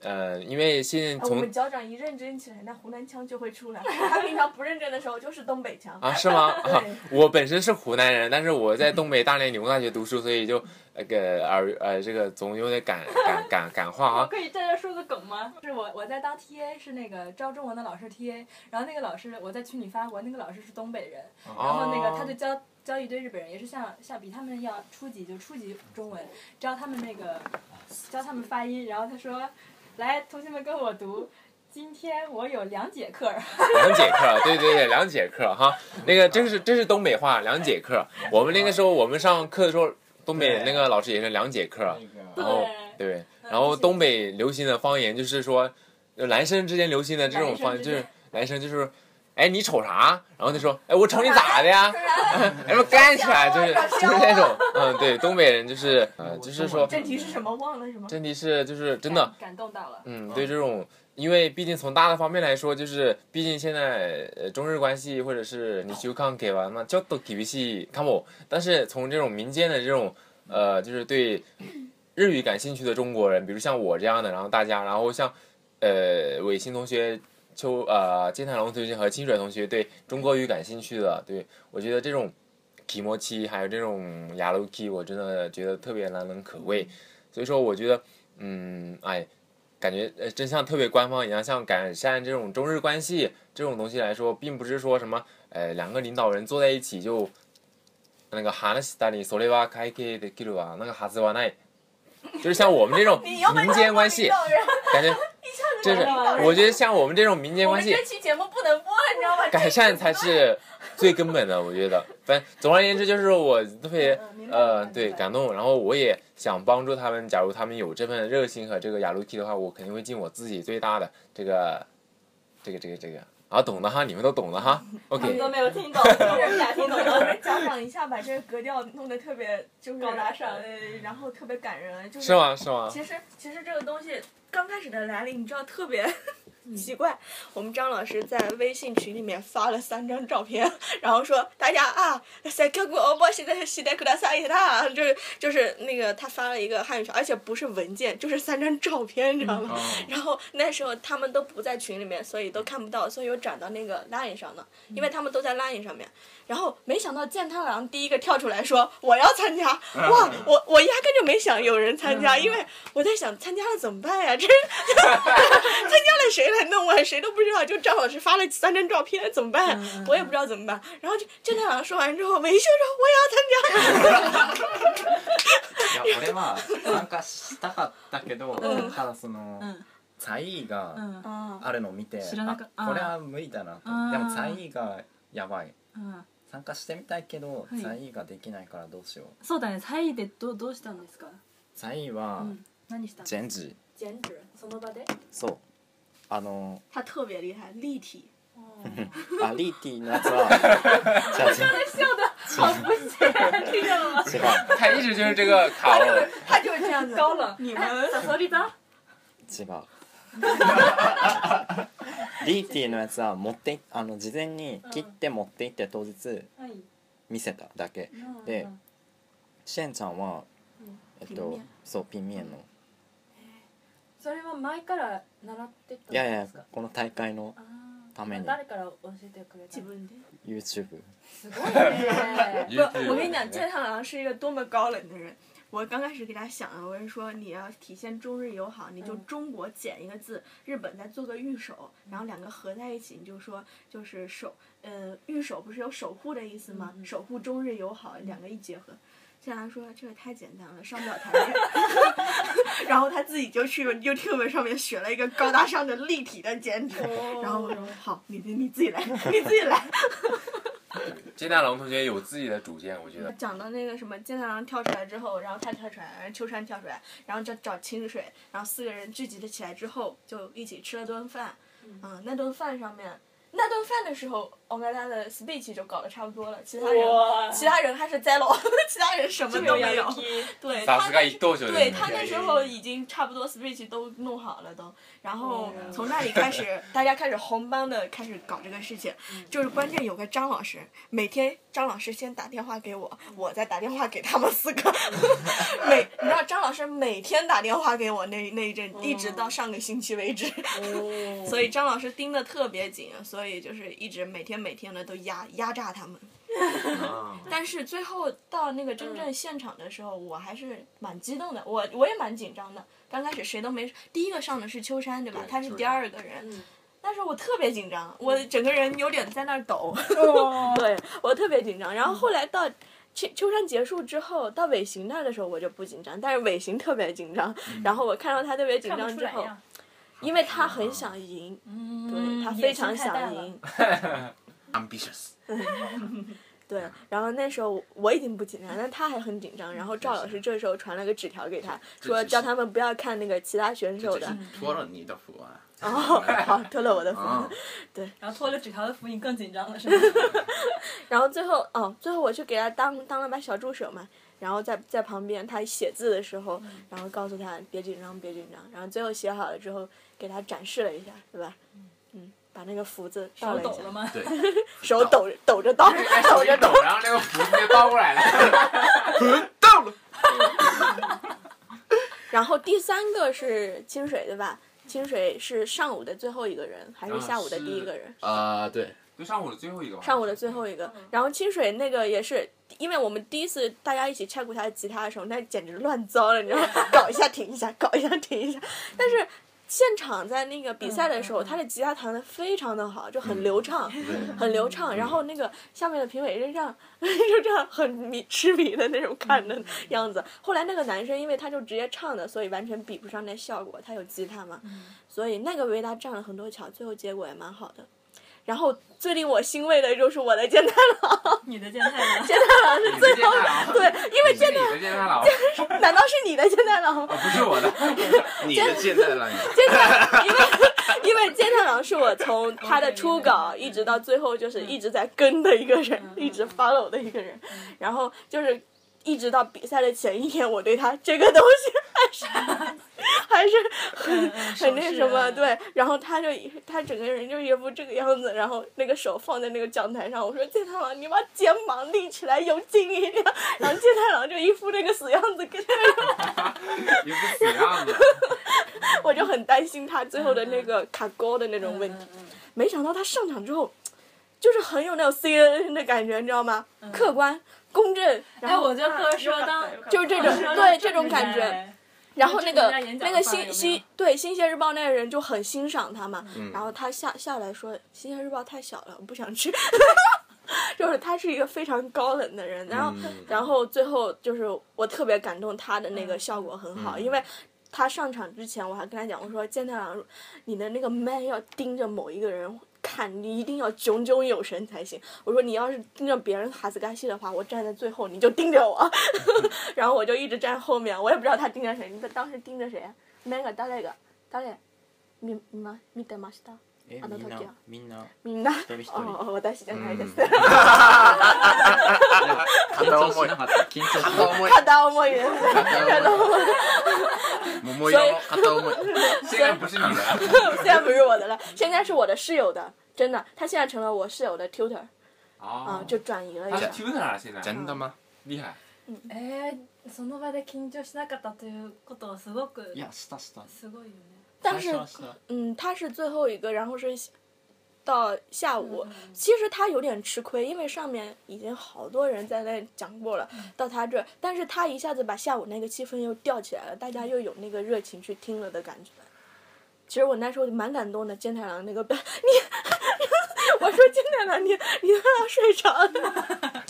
呃，因为啊现在我从们脚掌一认真起来，那湖南腔就会出来。他平常不认真的时候就是东北腔 [laughs] 啊，是吗？啊对，我本身是湖南人，但是我在东北大连理工大学读书，所以就那个耳呃，这个总有点感感感感化我啊。可以在这说个梗吗？是我我在当 TA，是那个招中文的老师 TA，然后那个老师我在去你法国，那个老师是东北人，哦然后那个他就教教一堆日本人，也是像像比他们要初级，就初级中文，教他们那个教他们发音，然后他说，来同学们跟我读。今天我有两节课， [laughs] 两节课，对对对，两节课哈。那个这是这是东北话，两节课。我们那个时候我们上课的时候，东北那个老师也是两节课，然后对，嗯然后东北流行的方言就是说，呃男生之间流行的这种方言就是男生就是。哎，你瞅啥？然后他说，哎，我瞅你咋的 [laughs] 呀？哎，不干起来，就是就是那种，嗯，对，东北人就是，呃，就是说，这题是什么忘了是吗？真的是就是真的，感动到了。哦嗯，对这种，因为毕竟从大的方面来说，就是毕竟现在呃中日关系或者是你就看给完嘛，叫都给不系看我，但是从这种民间的这种呃，就是对日语感兴趣的中国人，比如像我这样的，然后大家，然后像呃伟新同学。秋呃，金泰龙同学和清水同学对中国语感兴趣的，对我觉得这种 i m o 期还有这种亚 a 期，我真的觉得特别难能可贵。所以说，我觉得，嗯，哎，感觉呃，真像特别官方一样，像改善这种中日关系这种东西来说，并不是说什么，呃，两个领导人坐在一起就那个話したり、それは解決できるわ、啊那个はずはない，就是像我们这种 [laughs] 你要不然民间关系当不了领导人，感觉 [laughs] 一下子真是当不了领导，人我觉得像我们这种民间我关们系这期节目不能播，你知道吗？改善才是最根本的，我觉得。反总而言之，就是我特别呃对感动，然后我也想帮助他们。假如他们有这份热心和这个雅鲁提的话，我肯定会尽我自己最大的这个这个这个这个啊，懂的哈，你们都懂的哈。你 OK，都没有听 [laughs] 懂，就是我们俩听懂我了们。脚掌一下把这个格调弄得特别就是高大上呃，然后特别感人，就是吗？是啊吗？其实其实这个东西刚开始的来临，你知道特别奇怪，我们张老师在微信群里面发了三张照片，然后说大家啊，在看过欧巴现在现在给他撒一大，就是就是那个他发了一个汉语圈，而且不是文件，就是三张照片，你知道吗？嗯然后那时候他们都不在群里面，所以都看不到，所以又转到那个 Line 上了，因为他们都在 Line 上面。然后没想到健太郎第一个跳出来说我要参加，哇，我我压根就没想有人参加，因为我在想参加了怎么办呀？这 [laughs] 参加了谁来弄啊？谁都不知道，就张老师发了三张照片，怎么办？我也不知道怎么办。然后就健太郎说完之后，维修说我也要参加。いや俺は参加したかったけど、ただその、才艺があるのを見て、知らなかあこれは無理だなと、うんでも才藝がやばいうん参加してみたいけど、はい才藝ができないからどうしようそうだね、タイでどどうしたんですか？才藝は、何したんですジか？ェンジ剪纸，その場で。そうあの他特别厉害，立体。 [laughs] あリーティのや [laughs] つはじゃあじゃ笑的好不行，听见了吗？違う他一直就是这个卡哦。他就是这样子高冷。你们小リタ？[laughs] 違うリーティのやつは持っていあの事前に切って持っていって当日はい。見せただけ、うんでうんシェンちゃんは、えっピンミとエ、そうピンミエンの、それは前から習ってたんいやいでやすか？この大会のために誰から教えてくれた？自分で。 YouTube すごいね。不，我跟你讲，健太郎是一个多么高冷的人。我刚开始给他想啊的，我是说你要体现中日友好，你就中国减一个字，日本再做个御守，然后两个合在一起，你就说就是守，呃，御守不是有守护的意思吗？守护中日友好，两个一结合。健太郎说这个太简单了，上不了台面。然后他自己就去 YouTube 上面学了一个高大上的立体的剪纸，然后我说好，你你你自己来，你自己来。金大龙同学有自己的主见，我觉得。讲到那个什么金太郎跳出来之后，然后他跳出来，然后秋山跳出来，然后找找清水，啊然后四个人聚集了起来之后，就一起吃了顿饭。嗯，那顿饭上面，那顿饭的时候，我跟他的 speech 就搞得差不多了，其他人哇其他人还是栽了， [laughs] 其他人什么都没有这个有点。对さ他すが一等賞ですね对他那时候已经差不多 speech 都弄好了都，然后从那里开始，大家开始红帮的开始搞这个事情，就是关键有个张老师，每天张老师先打电话给我，我再打电话给他们四个， [laughs] 每你知道张老师每天打电话给我那那一阵，一直到上个星期为止，所以张老师盯得特别紧，所以就是一直每天每天的都压压榨他们。但是最后到那个真正现场的时候，我还是蛮激动的，我我也蛮紧张的。刚开始谁都没，第一个上的是秋山，对吧？他是第二个人，但是我特别紧张，我整个人有点在那儿抖， [laughs] 对我特别紧张。然后后来到。秋秋山结束之后，到尾行那儿的时候我就不紧张，但是尾行特别紧张。然后我看到他特别紧张之后，因为他很想赢，嗯对他非常想赢， ambitious。对，然后那时候我已经不紧张，但他还很紧张。然后赵老师这时候传了个纸条给他，这说这叫是他们不要看那个其他选手这的是。脱了你的福啊！哦， [laughs] 好，脱了我的福。啊，对，然后脱了纸条的福，你更紧张了是吗？然后最后，哦，最后我去给他当当了把小助手嘛，然后在在旁边他写字的时候，然后告诉他别紧张，别紧张。然后最后写好了之后，给他展示了一下，对吧？嗯，把那个福字倒了一手下。抖了吗对手抖着抖着倒，抖着倒。哎然后那个福直接倒过来了。 [laughs] 然后第三个是清水，对吧？清水是上午的最后一个人，还是下午的第一个人？啊、对，就上午的最后一个吧。上午的最后一个。然后清水那个也是，因为我们第一次大家一起拆过他的吉他的时候，那简直乱糟了，你知道吗？ [laughs] 搞一下停一下，搞一下停一下。但是现场在那个比赛的时候，他的吉他弹得非常的好，就很流畅，很流畅。然后那个下面的评委就这样， [laughs] 就这样很迷痴迷的那种看的样子。后来那个男生，因为他就直接唱的，所以完全比不上那效果。他有吉他嘛，所以那个为他占了很多桥，最后结果也蛮好的。然后最令我欣慰的就是我的健太郎，你的健太郎，健太郎是最你后的健太郎对，因为健你的健太郎太，难道是你的健太郎？不是 [laughs] 我的，你的健太郎，健太郎，因为因为健太郎是我从他的初稿一直到最后就是一直在跟的一个人，一直 follow 的一个人，然后就是一直到比赛的前一天，我对他这个东西还嗯是还是很很那什么，对，然后他就一他整个人就一副这个样子，然后那个手放在那个讲台上，我说健太郎，你把肩膀立起来，有劲一点， [laughs] 然后健太郎就一副那个死样子跟。也不死 [laughs] 样子。我就很担心他最后的嗯那个卡勾的那种问题。没想到他上场之后，就是很有那种 CNN 的感觉，你知道吗？客观、公正，嗯然哎，后我就喝说当，就是这种贺说当对这正种直感男觉。然后那个跟郑明在演讲那个上有没新有新对《新鲜日报》那个人就很欣赏他嘛，嗯然后他下下来说《新鲜日报》太小了，我不想去。 [laughs] 就是他是一个非常高冷的人，然后、嗯然后最后就是我特别感动他的那个效果很好，嗯因为他上场之前我还跟他讲，我说健太郎，你的那个 man 要盯着某一个人看，你一定要炯炯有神才行。我说你要是盯着别人哈斯嘎西的话，我站在最后你就盯着我，然后我就一直站后面，我也不知道他盯着谁，你当时盯着谁啊？那个那个那个，你你们見てました？えあのみんな時は。みんなみんな一人一人。哦哦，我担心じゃないです。緊張しなかった。緊張しなかっ片思いです。た。片思い。桃色の啊片 [laughs] 思い。虽然不是你的。现在不是我的了，现在是我的室友的，真的，他现在成了我室友的 tutor，啊、哦，就转移了一他是下。 tutor 啊，现在。真的吗？厉害。えー、その場で緊張しなかったということはすごくいや、したした。すごいよね。但是最初は，嗯，他是最后一个，然后是到下午，其实他有点吃亏，因为上面已经好多人在那讲过了，到他这儿，但是他一下子把下午那个气氛又吊起来了，大家又有那个热情去听了的感觉。其实我那时候蛮感动的，健太郎那个你，我说健太郎你 [laughs] 你让他睡着了， [laughs]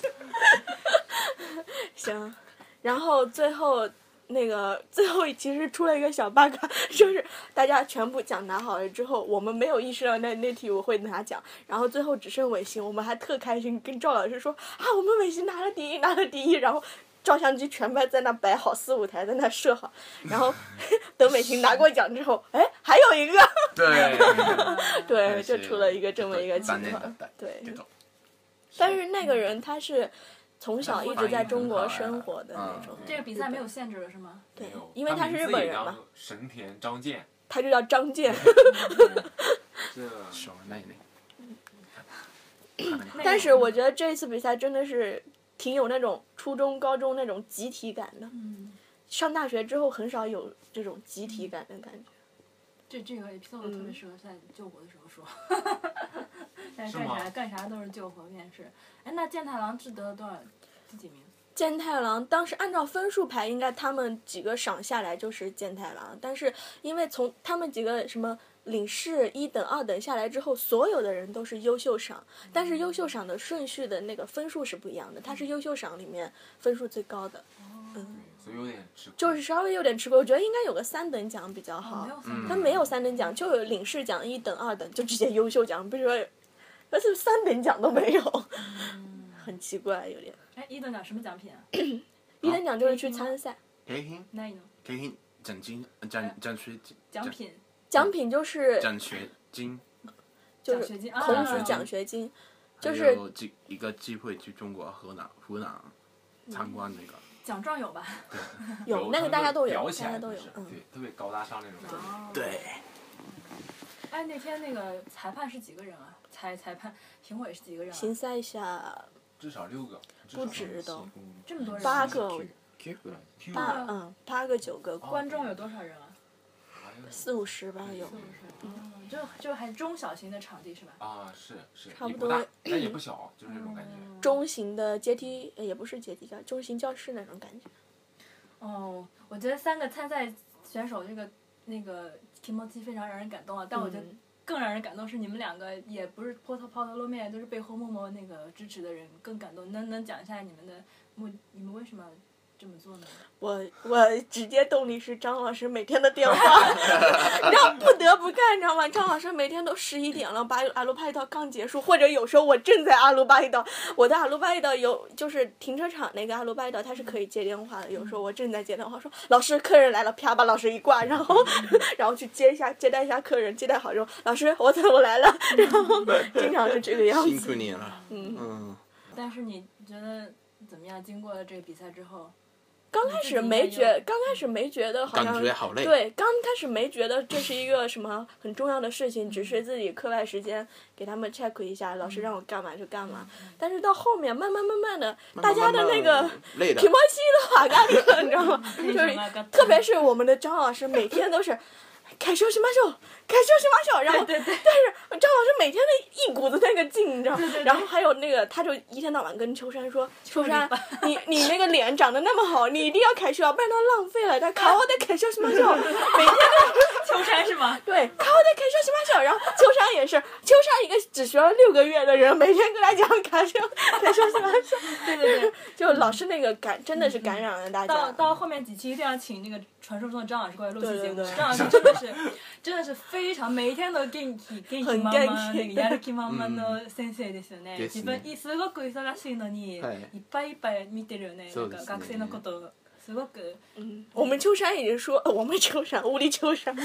行，然后最后那个最后其实出了一个小 bug，就是 [laughs] 大家全部奖拿好了之后，我们没有意识到那那题我会拿奖，然后最后只剩尾行，我们还特开心，跟赵老师说啊，我们尾行拿了第一，拿了第一，然后。照相机全部在那摆好，四五台在那设好， [laughs] 然后等尾行拿过奖之后，哎，还有一个，对，对，就出了一个这么一个残情念だ况っ。た对け，ど但是那个人他是从小一直在中国生活的那种。这个比赛没有限制了是吗？对， [laughs] 因嗯为他是日本人嘛，，神田张健，他就叫张健。这しょうがないね。但是我觉得这次比赛真的是挺有那种初中、高中那种集体感的。上大学之后很少有这种集体感的感觉。这这个 episode 特别适合在救火的时候说，但是是干吗啥干啥都是救火面试。哎，那健太郎是得了多少第几名？健太郎当时按照分数排，应该他们几个赏下来就是健太郎，但是因为从他们几个什么领事一等、二等下来之后，所有的人都是优秀赏，但是优秀赏的顺序的那个分数是不一样的，他是优秀赏里面分数最高的，嗯，所以有点吃亏。就是稍微有点吃亏，我觉得应该有个三等奖比较嗯好，三等他哦没有三等奖，就有领事奖一等、二等，就直接优秀奖，比如说，而且三等奖都没有，很奇怪，有点。哎，一等奖什么奖品啊？一等奖就是去参赛，景品那一种景品奖金奖奖学金奖品奖品就是奖学金就嗯奖是学金啊孔子奖学金，就还是有机一个机会去中国河南湖南参观那个。奖状有吧？有那个大家都有，裱大起来家都有就是，嗯，对，特别高大上那种。对，哦哎，那天那个裁判是几个人啊？裁裁判评委是几个人啊？行赛下至少六个，不止的，这么多人八个，八八个嗯八个九个，观众有多少人啊？四五十吧有，嗯，就就还中小型的场地是吧？啊，是是，差也不不多嗯大，但也不小，就是那种感觉。中型的阶梯呃也不是阶梯教，中型教室那种感觉。哦，我觉得三个参赛选手这个那个 k i m o t i 非常让人感动啊，但我觉得嗯更让人感动是你们两个也不是抛头抛头露面，都是背后默默那个支持的人更感动。能能讲一下你们的目，你们为什么这么做呢？我我直接动力是张老师每天的电话， [laughs] 你知道不得不干，你知道吗？张老师每天都十一点了，把阿鲁巴伊岛刚结束，或者有时候我正在阿鲁巴伊岛，我的阿鲁巴伊岛有就是停车场那个阿鲁巴伊岛，它是可以接电话的。有时候我正在接电话，说老师客人来了，啪把老师一挂，然后 [laughs] 然后去接一下接待一下客人，接待好之后，老师我怎我来了， [laughs] 然后经常是这个样子。辛苦你了。嗯嗯，但是你觉得怎么样？经过了这个比赛之后，刚开始没觉，刚开始没觉得好像感觉好累对，刚开始没觉得这是一个什么很重要的事情，只是自己课外时间给他们 check 一下，老师让我干嘛就干嘛。但是到后面慢慢慢慢的，大家的那个累的皮毛西的啊瓦嘎里，你知道吗？就什是么个特别是我们的张老师，每天都是。开修什么手，开修什么手，然后但是张老师每天的一股子那个劲，你知道吗？然后还有那个，他就一天到晚跟秋山说：“秋山，你你那个脸长得那么好，你一定要开修啊，不然他浪费了。他考我得开修什么手，每天都秋山是吗？对，考我得开修什么手。然后秋山也是，秋山一个只学了六个月的人，每天跟他讲开修开修什么手，对对对，就老师那个感真的是感染了大家。 [laughs] 到到后面几期一定要请那个传说中的张老师过来录对期对节目。对张老师真的是 [laughs] 真的是非常每天都元気元気満々元気やる気満々の先生ですよね。ですね自分いすごく忙しいのに、はいい、っぱいいっぱい見てるよね。そなうんでかすね学生のことをすごく。我们秋山已经说，呃我们秋山，无力秋山，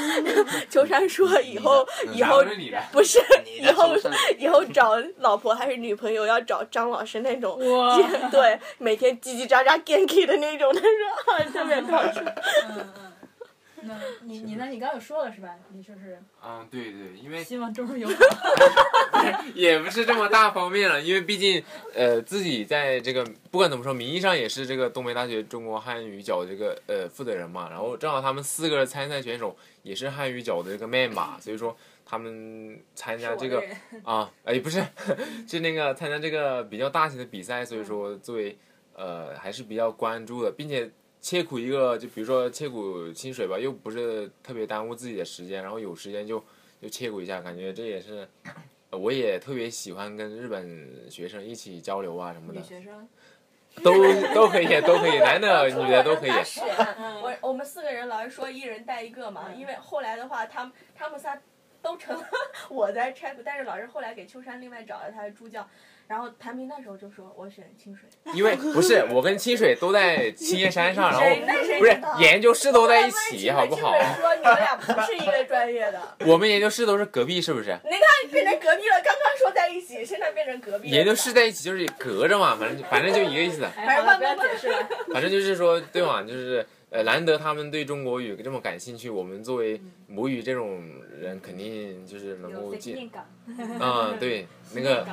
秋山说以后以后哪有 [laughs] 你的不是以的后秋山以后找老婆还是女朋友要找张老师那种哇，对，每天叽叽喳喳 ganky 的那种，他说啊，特别搞笑。嗯嗯。那你你呢？你刚刚有说了是吧？你就是嗯，对对，[laughs] 因为希望中日友好。也不是这么大方面了，因为毕竟呃自己在这个不管怎么说，名义上也是这个东北大学中国汉语角这个呃负责人嘛，然后正好他们四个参赛选手也是汉语角的这个 m 嘛，所以说他们参加这个是啊，哎不是， [laughs] 是那个参加这个比较大型的比赛，所以说作为呃还是比较关注的，并且。切苦一个，就比如说切苦清水吧，又不是特别耽误自己的时间，然后有时间就就切苦一下，感觉这也是呃我也特别喜欢跟日本学生一起交流啊什么的女，学生。都都可以，都可以，男的女的 [laughs] 都可以。打水啊嗯我我们四个人老是说一人带一个嘛，因为后来的话，他们他们仨都成了 [laughs] 我在 check，但是老师后来给秋山另外找了他的助教，然后谭平那时候就说我选清水，因为不是我跟清水都在青叶山啊上，然后谁那谁不是知道研究室都在一清起，水好不好？ [laughs] 清水说你们俩不是一个专业的，我们研究室都是隔壁，是不是？你看 [laughs] 变成隔壁了。刚刚说在一起，现在变成隔壁了。也就是在一起，就是隔着嘛，反正反正就一个意思，哎反正慢慢解释了。反正就是说，对嘛，就是呃，难得他们对中国语这么感兴趣，我们作为母语这种人，肯定就是能够见，感。啊、对，那个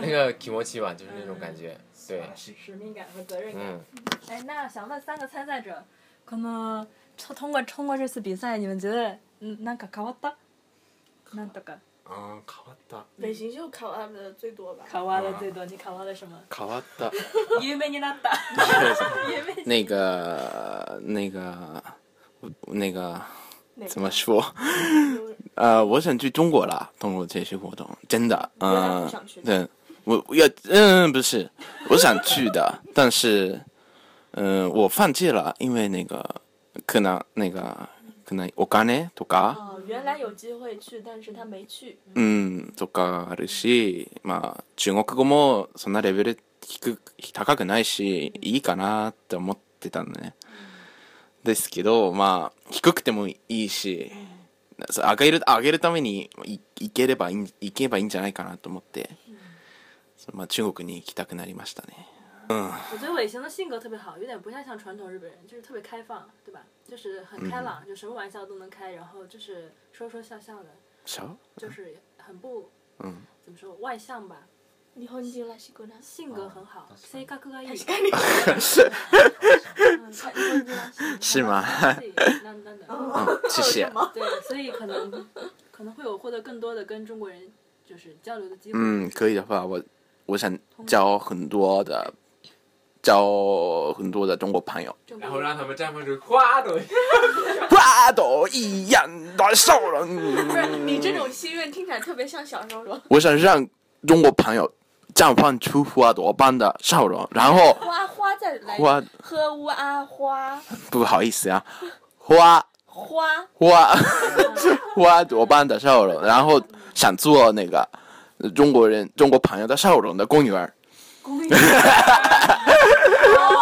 那个 k i m o c h i 吧，就是那种感觉，对，使命感和责任感。嗯哎，那想问三个参赛者，可能通过通过这次比赛，你们觉得嗯，なんか変わった？なんとか啊，卡哇达，北行就考完的最多吧？変わ了最多，你変わ了什么？卡哇 [laughs] 达，有名になった。有名。那个那个那个哪个嗯怎么说？呃，我想去中国啦，通过这些活动，真的，嗯、想去对，我我要，嗯，不是，我想去的，但是，嗯、我放弃了，因为那个可能那个可能お金とか。哦，原来有机会去，但是他 [laughs] 没去。うん、とかあるし、まあ、中国語もそんなレベル低く高くないし、いいかなって思ってたのね。ですけど、まあ、低くてもいいし、そう上げる、上げるためにいいければいいん、いけばいいんじゃないかなと思って、そうまあ、中国に行きたくなりましたね。うん。我觉得尾行的性格特别好，有点不太像传统日本人，就是特别开放，对吧？就是很嗯开朗，就什么玩笑都能开，然后就是说说笑笑的，そう就是很不うん。怎么说外向吧，日本人らしくな。性格很好，性格がいい。 [laughs] 是吗？なんなんだ。嗯，谢谢。对，所以可能可能会有获得更多的跟中国人就是交流的机会。嗯，可以的话，我我想交很多的，交很多的中国朋友。 [laughs] 然后让他们绽放出花朵。花朵一样的笑不是容。你这种心愿听起来特别像小时候说我想让中国朋友绽放出花朵般的笑容，然后花花再来花喝乌啊花不好意思啊，花花花 [laughs] 花朵般的笑容，然后想做那个呃中国人中国朋友的笑容的公园儿。 [laughs]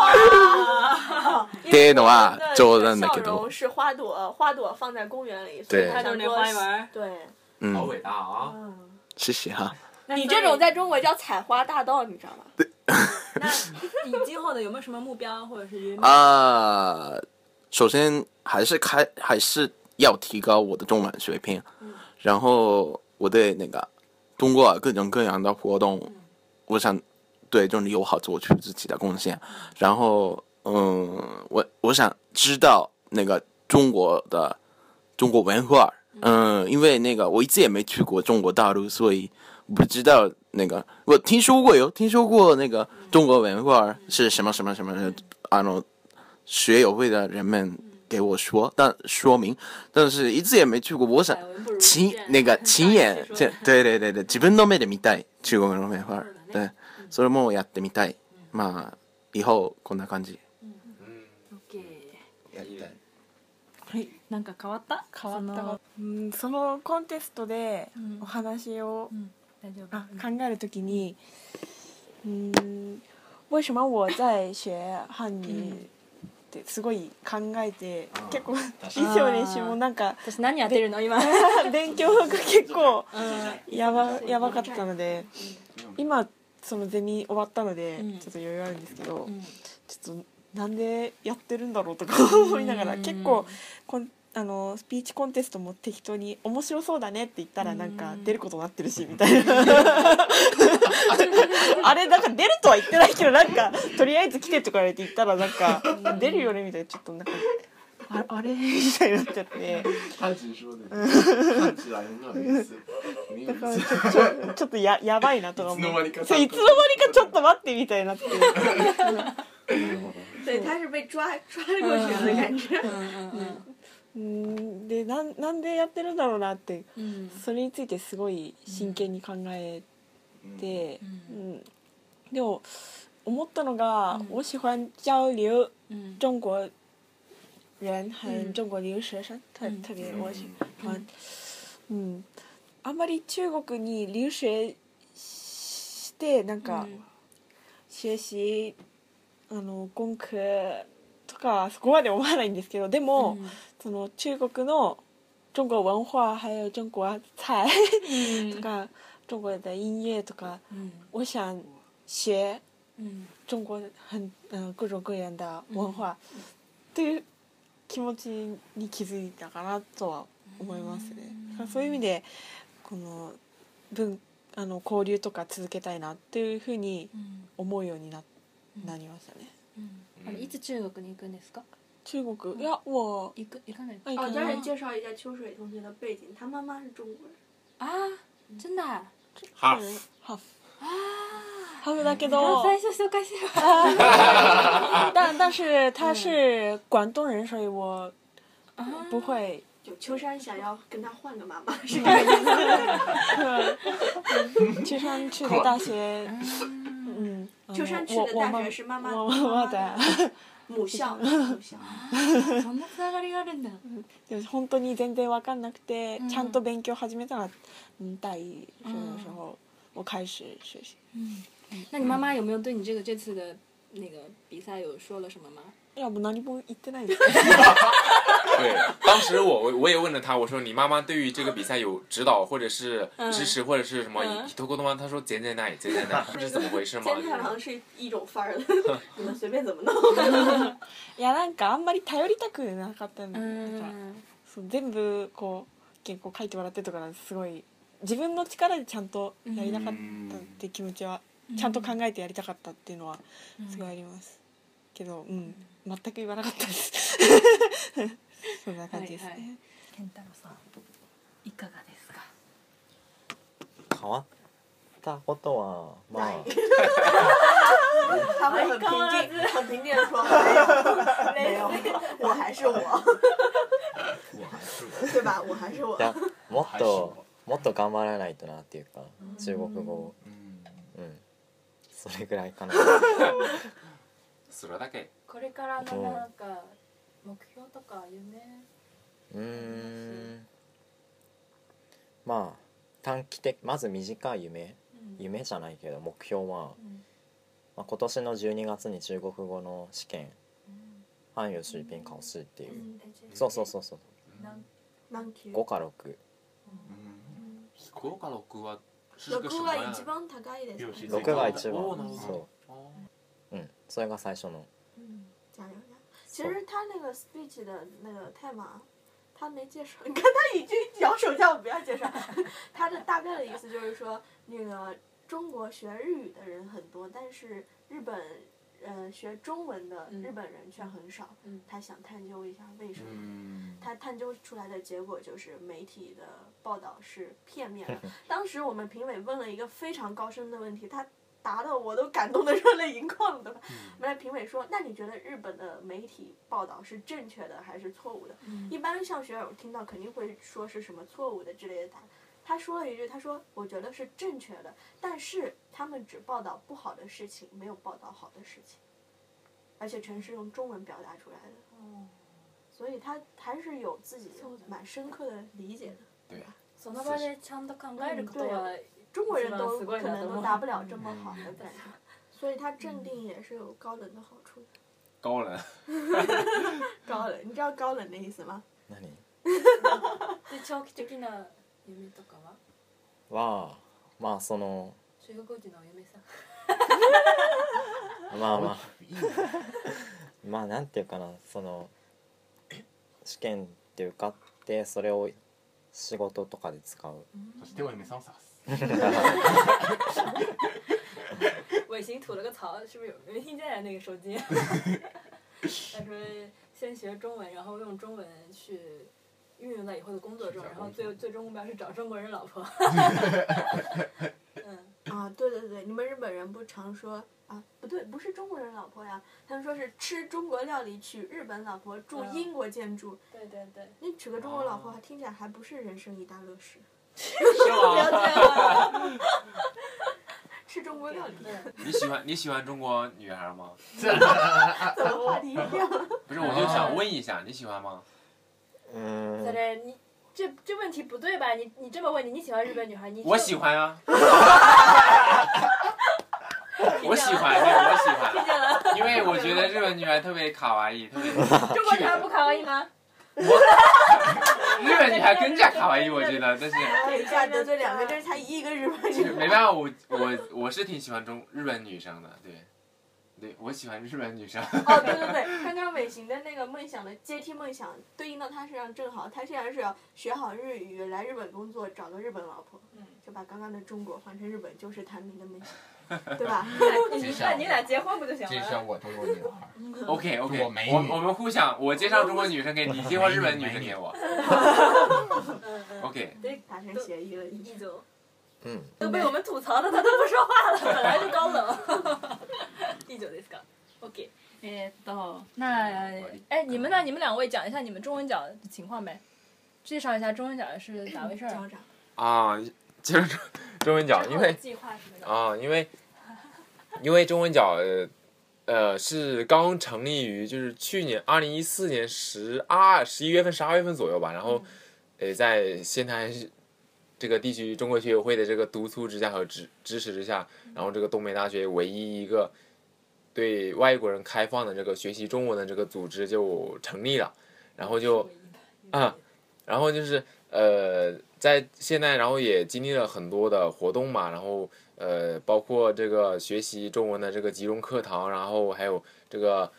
っていうのは冗談だけ笑容ど、是花朵，花朵放在公园里，所以对它叫就是那花园做对，好嗯，伟大啊！谢谢哈。你这种在中国叫采花大盗，你知道吧？你今后的有没有什么目标或者是约定？啊、首先还是开还是要提高我的中文水平，然后我对那个通过各种各样的活动，我想对中日友好做出自己的贡献。然后，嗯，我我想知道那个中国的中国文化，嗯，因为那个我一直也没去过中国大陆，所以我不知道那个我听说过有听说过那个中国文化是什么什么什么，啊，那学友会的人们给我说，但说明，但是一直也没去过，我想哎亲那个亲眼见，对对对对，自分の目で見たい中国の文化，对，それもやってみたい。まあ以后こんな感じ。 [laughs] やりたい。なんか変わった？変わった。うん、そのコンテストでんお話を、大丈夫。あ考えるときに、うん、为什么我在学汉语ってすごい考えて、結構以上練習もなんか [laughs] 私何やってるの [laughs] 今？勉強が結構やばやばかったので、今そのゼミ終わったので、うんちょっと余裕あるんですけど、んちょっとなんでやってるんだろうとか思いながら結構こんあのスピーチコンテストも適当に面白そうだねって言ったらなんか出ることになってるしみたいなあれなんか出るとは言ってないけどなんかとりあえず来てとか言われて言ったらなんか出るよねみたいなちょっとなんかああれみたいになっちゃって。他只是说的， [laughs] 看起来很有意思，没有だからちょちょちょっとややばいなとか思ういつの間にかそういつの間にかちょっと待ってみたいになって对，他是被抓抓过去的感觉。うんでなんなんでやってるんだろうなってうん。それについてすごい真剣に考えて、うんでも思ったのが、我喜欢交流嗯中国人和中国留学生、特特别我喜欢、うん、あんまり中国に留学してなんか、学習あの文科とかそこまで思わないんですけどでも、その中国の中国文化，还有中国菜， [laughs] 这个中国的音乐这个，我想学嗯中国很嗯、各种各样的文化，という気持ちに気づいたかなとは思いますね。そういう意味でこの文あの交流とか続けたいなっていうふうに思うようにな,、なりましたね。あのいつ中国に行くんですか？中国いや我行く行かない。哦，家人介绍一下秋水同学的背景，他妈妈是中国人。啊，真的啊？ハーフハーフハーフだけど。最初紹介してよ但但是他是广东人，所以我不会。就秋山想要跟他换个妈妈，是这个意思。嗯秋山去的大学，嗯，嗯秋山去我的我大妈学是妈妈我妈妈的母校母校。そんなつながりがあるんだ。でも本当に全然わかんなくて、ちゃんと勉強始めたのは嗯大一这个时候，我开始学习。嗯，那你妈妈有没有对你这个这次的那个比赛有说了什么吗？要不何も言ってない [laughs] です。对，当时我我我也问了他，我说你妈妈对于这个比赛有指导或者是支持或者是什么？嗯一头沟通吗？他说简简单，简简单，这是怎么回 [laughs] 事吗？煎太郎是一种范儿的，你们随便怎么弄。いやなんかあんまり頼りたくなかったんだなんかそう全部こう原稿書いてもらってとかなんですごい自分の力でちゃんとやりたかったって気持ちはうんちゃんと考えてやりたかったっていうのはすごいありますけどうん全く言わなかったです [laughs] そんな感じですはいはね健太郎さん、いかがですか？変わったことはまあ他会很平静，很平静的说没有，没有，我还是我，我还是我，对吧？我还是我い。やもっともっと頑張らないとなっていうか中国語をうんそれぐらい [laughs] かなそれだけこれからのなんか目標とか夢。うーんまあ短期的まず短い夢夢じゃないけど目標は、まあ、今年の12月に中国語の試験韓流水平考試っていう、そうそうそうそう何級？ 5か6福岡の奥は是六个什么が呀一番高いですね。 6が一おーな番るほそどううんそれが最初の嗯，加油加油！其实他那个 speech 的那个太忙，他没介绍。你看他已经摇手叫我不要介绍。 [laughs] 他的大概的意思就是说，那个中国学日语的人很多，但是日本呃学中文的日本人却很少。他想探究一下为什么。他探究出来的结果就是媒体的报道是片面的。当时我们评委问了一个非常高深的问题，他答的我都感动的热泪盈眶了，都快。我们的评委说：“那你觉得日本的媒体报道是正确的还是错误的？”一般上学我听到肯定会说是什么错误的之类的答案。他说了一句：“他说我觉得是正确的，但是他们只报道不好的事情，没有报道好的事情，而且全是用中文表达出来的。”所以他还是有自己蛮深刻的理解的。对啊。その場でちゃんと考えることは嗯中国人都一可番すごいなと能思う都达不了嗯这么好的感觉， [laughs] 所以他镇定也是有高冷的好处的。高冷。 [laughs] 高冷，你知道高冷的意思吗？何で長期的な夢とかは？はまあその中国人のお嫁さん。まあまあ [laughs] まあなんていうかなその試験って受かってそれを仕事とかで使うそしてお嫁さんを探す。尾行吐了个槽，是不是有没听见啊那个手机？他说先学中文，然后用中文去运用在以后的工作中，然后最最终目标是找中国人老婆。嗯，啊，对对对，你们日本人不常说啊，不对，不是中国人老婆呀，他们说是吃中国料理娶日本老婆，住嗯英国建筑。对对对，你娶个中国老婆，还听起来还不是人生一大乐事。 [laughs] 是吗？吃中国料理，你喜欢你喜欢中国女孩吗？怎么话题又变了？不是，我就想问一下，你喜欢吗？うーん再来你这这问题不对吧？你你这么问你，你喜欢日本女孩？你我喜，欢啊，我喜欢，对，我喜欢，因为我觉得日本女孩特别卡哇伊，特别中国女孩不卡哇伊吗？日本女孩更加可爱，我觉得，但是啊 [laughs] 等一下得罪两个，这才一个日本人。没办法，我我我是挺喜欢中日本女生的，对，对我喜欢日本女生。哦，对对对，刚刚伟行的那个梦想的阶梯梦想，对应到他身上正好，他现在是要学好日语，来日本工作，找个日本老婆，就把刚刚的中国换成日本，就是谭明的梦想，对吧？你那你俩结婚不就行介了？绍我中国女孩， OK 中 OK，国美女我我们互相，我介绍中国女生给你，介绍日本女生给我。OK， [laughs] 对，达成协议了，一周。うん都被我们吐槽的，他都不说话了，本来就高冷。以上ですか。OK。えー、っと、那哎，你们呢？你们两位讲一下你们中文角的情况呗，介绍一下中文角是咋回事儿？啊，其实中中文讲，因为计划是什么？啊，因为因为中文角呃呃是刚成立于就是去年二零一四年十二十一月份十二月份左右吧，然后呃在仙台市这个地区中国学友会的这个督促之下和支支持之下，然后这个东北大学唯一一个对外国人开放的这个学习中文的这个组织就成立了，然后就啊，然后就是呃，在现在，然后也经历了很多的活动嘛，然后呃，包括这个学习中文的这个集中课堂，然后还有这个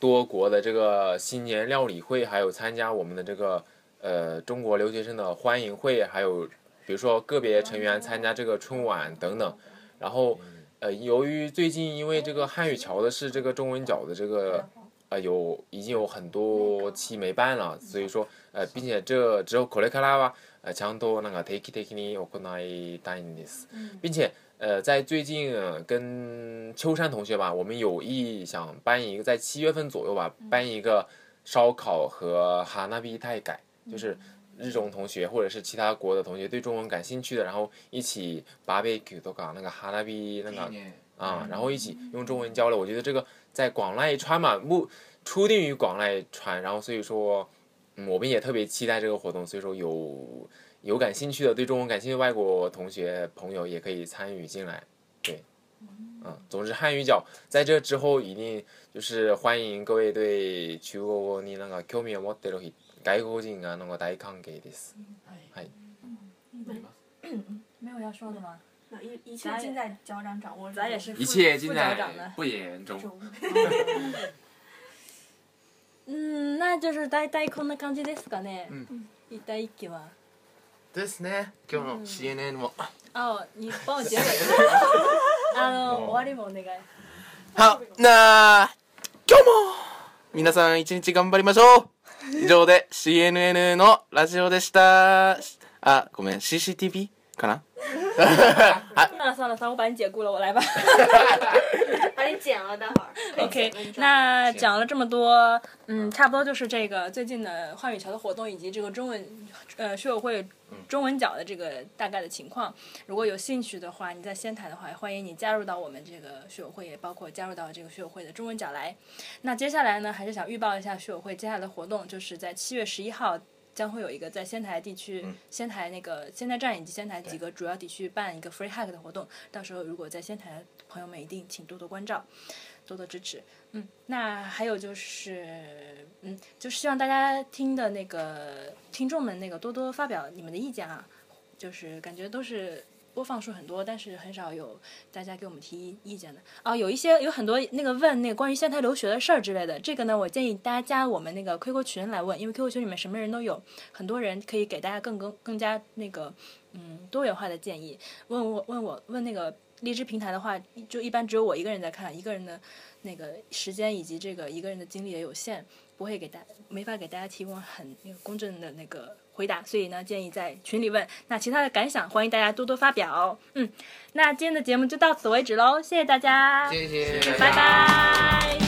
多国的这个新年料理会，还有参加我们的这个呃中国留学生的欢迎会，还有比如说个别成员参加这个春晚等等，然后呃，由于最近因为这个汉语桥的是这个中文角的这个。嗯呃，有已经有很多期没办了，所以说呃，并且这之后これからは呃ちゃんとなんか定期的に行いたいんです，并且呃，在最近、呃跟秋山同学吧，我们有意想办一个在七月份左右吧，办一个烧烤和哈纳比太改，就是日中同学或者是其他国的同学对中文感兴趣的，然后一起 barbecue とか那个哈纳比那个。啊，然后一起用中文交流。我觉得这个在广濑川嘛，目初定于广濑川，然后所以说，嗯，我们也特别期待这个活动。所以说有有感兴趣的，对中文感兴趣的外国同学朋友也可以参与进来。对，嗯，总之汉语角在这之后一定就是欢迎各位对中国になんか興味を持ってる人外国人がなんか大歓迎です。はい。没有要说的吗？一一切尽在脚掌掌握之中。咱也是一切尽不着掌的在不言中。嗯，那就是大体こんな感じですかね。嗯。一第一期は。ですね。今日の CNN も。哦，你帮我结尾。 [laughs] あの終わりもお願い。好，那今日も皆さん一日頑張りましょう。以上で CNN のラジオでした。あ、ごめん、CCTV かな。算了算了算了，我把你解雇了，我 [laughs] 来吧。把你剪了，待会儿。 OK，那讲了这么多，嗯，差不多就是这个最近的汉语桥的活动以及这个中文，呃，学友会中文角的这个大概的情况。如果有兴趣的话，你在仙台的话，欢迎你加入到我们这个学友会，也包括加入到这个学友会的中文角来。那接下来呢，还是想预报一下学友会接下来的活动，就是在七月十一号。将会有一个在仙台地区、仙台那个仙台站以及仙台几个主要地区办一个 free hack 的活动，到时候如果在仙台的朋友们一定请多多关照。多多支持。嗯，那还有就是，嗯，就是希望大家听的那个听众们那个多多发表你们的意见啊，就是感觉都是。播放数很多，但是很少有大家给我们提意见的啊。有一些有很多那个问那个关于仙台留学的事儿之类的，这个呢，我建议大家加我们那个 QQ 群来问，因为 QQ 群里面什么人都有，很多人可以给大家更更更加那个嗯多元化的建议。问我问我问那个荔枝平台的话，就一般只有我一个人在看，一个人的那个时间以及这个一个人的精力也有限，不会给大没法给大家提供很那个公正的那个回答，所以呢，建议在群里问。那其他的感想，欢迎大家多多发表。嗯，那今天的节目就到此为止喽，谢谢大家，谢谢拜拜。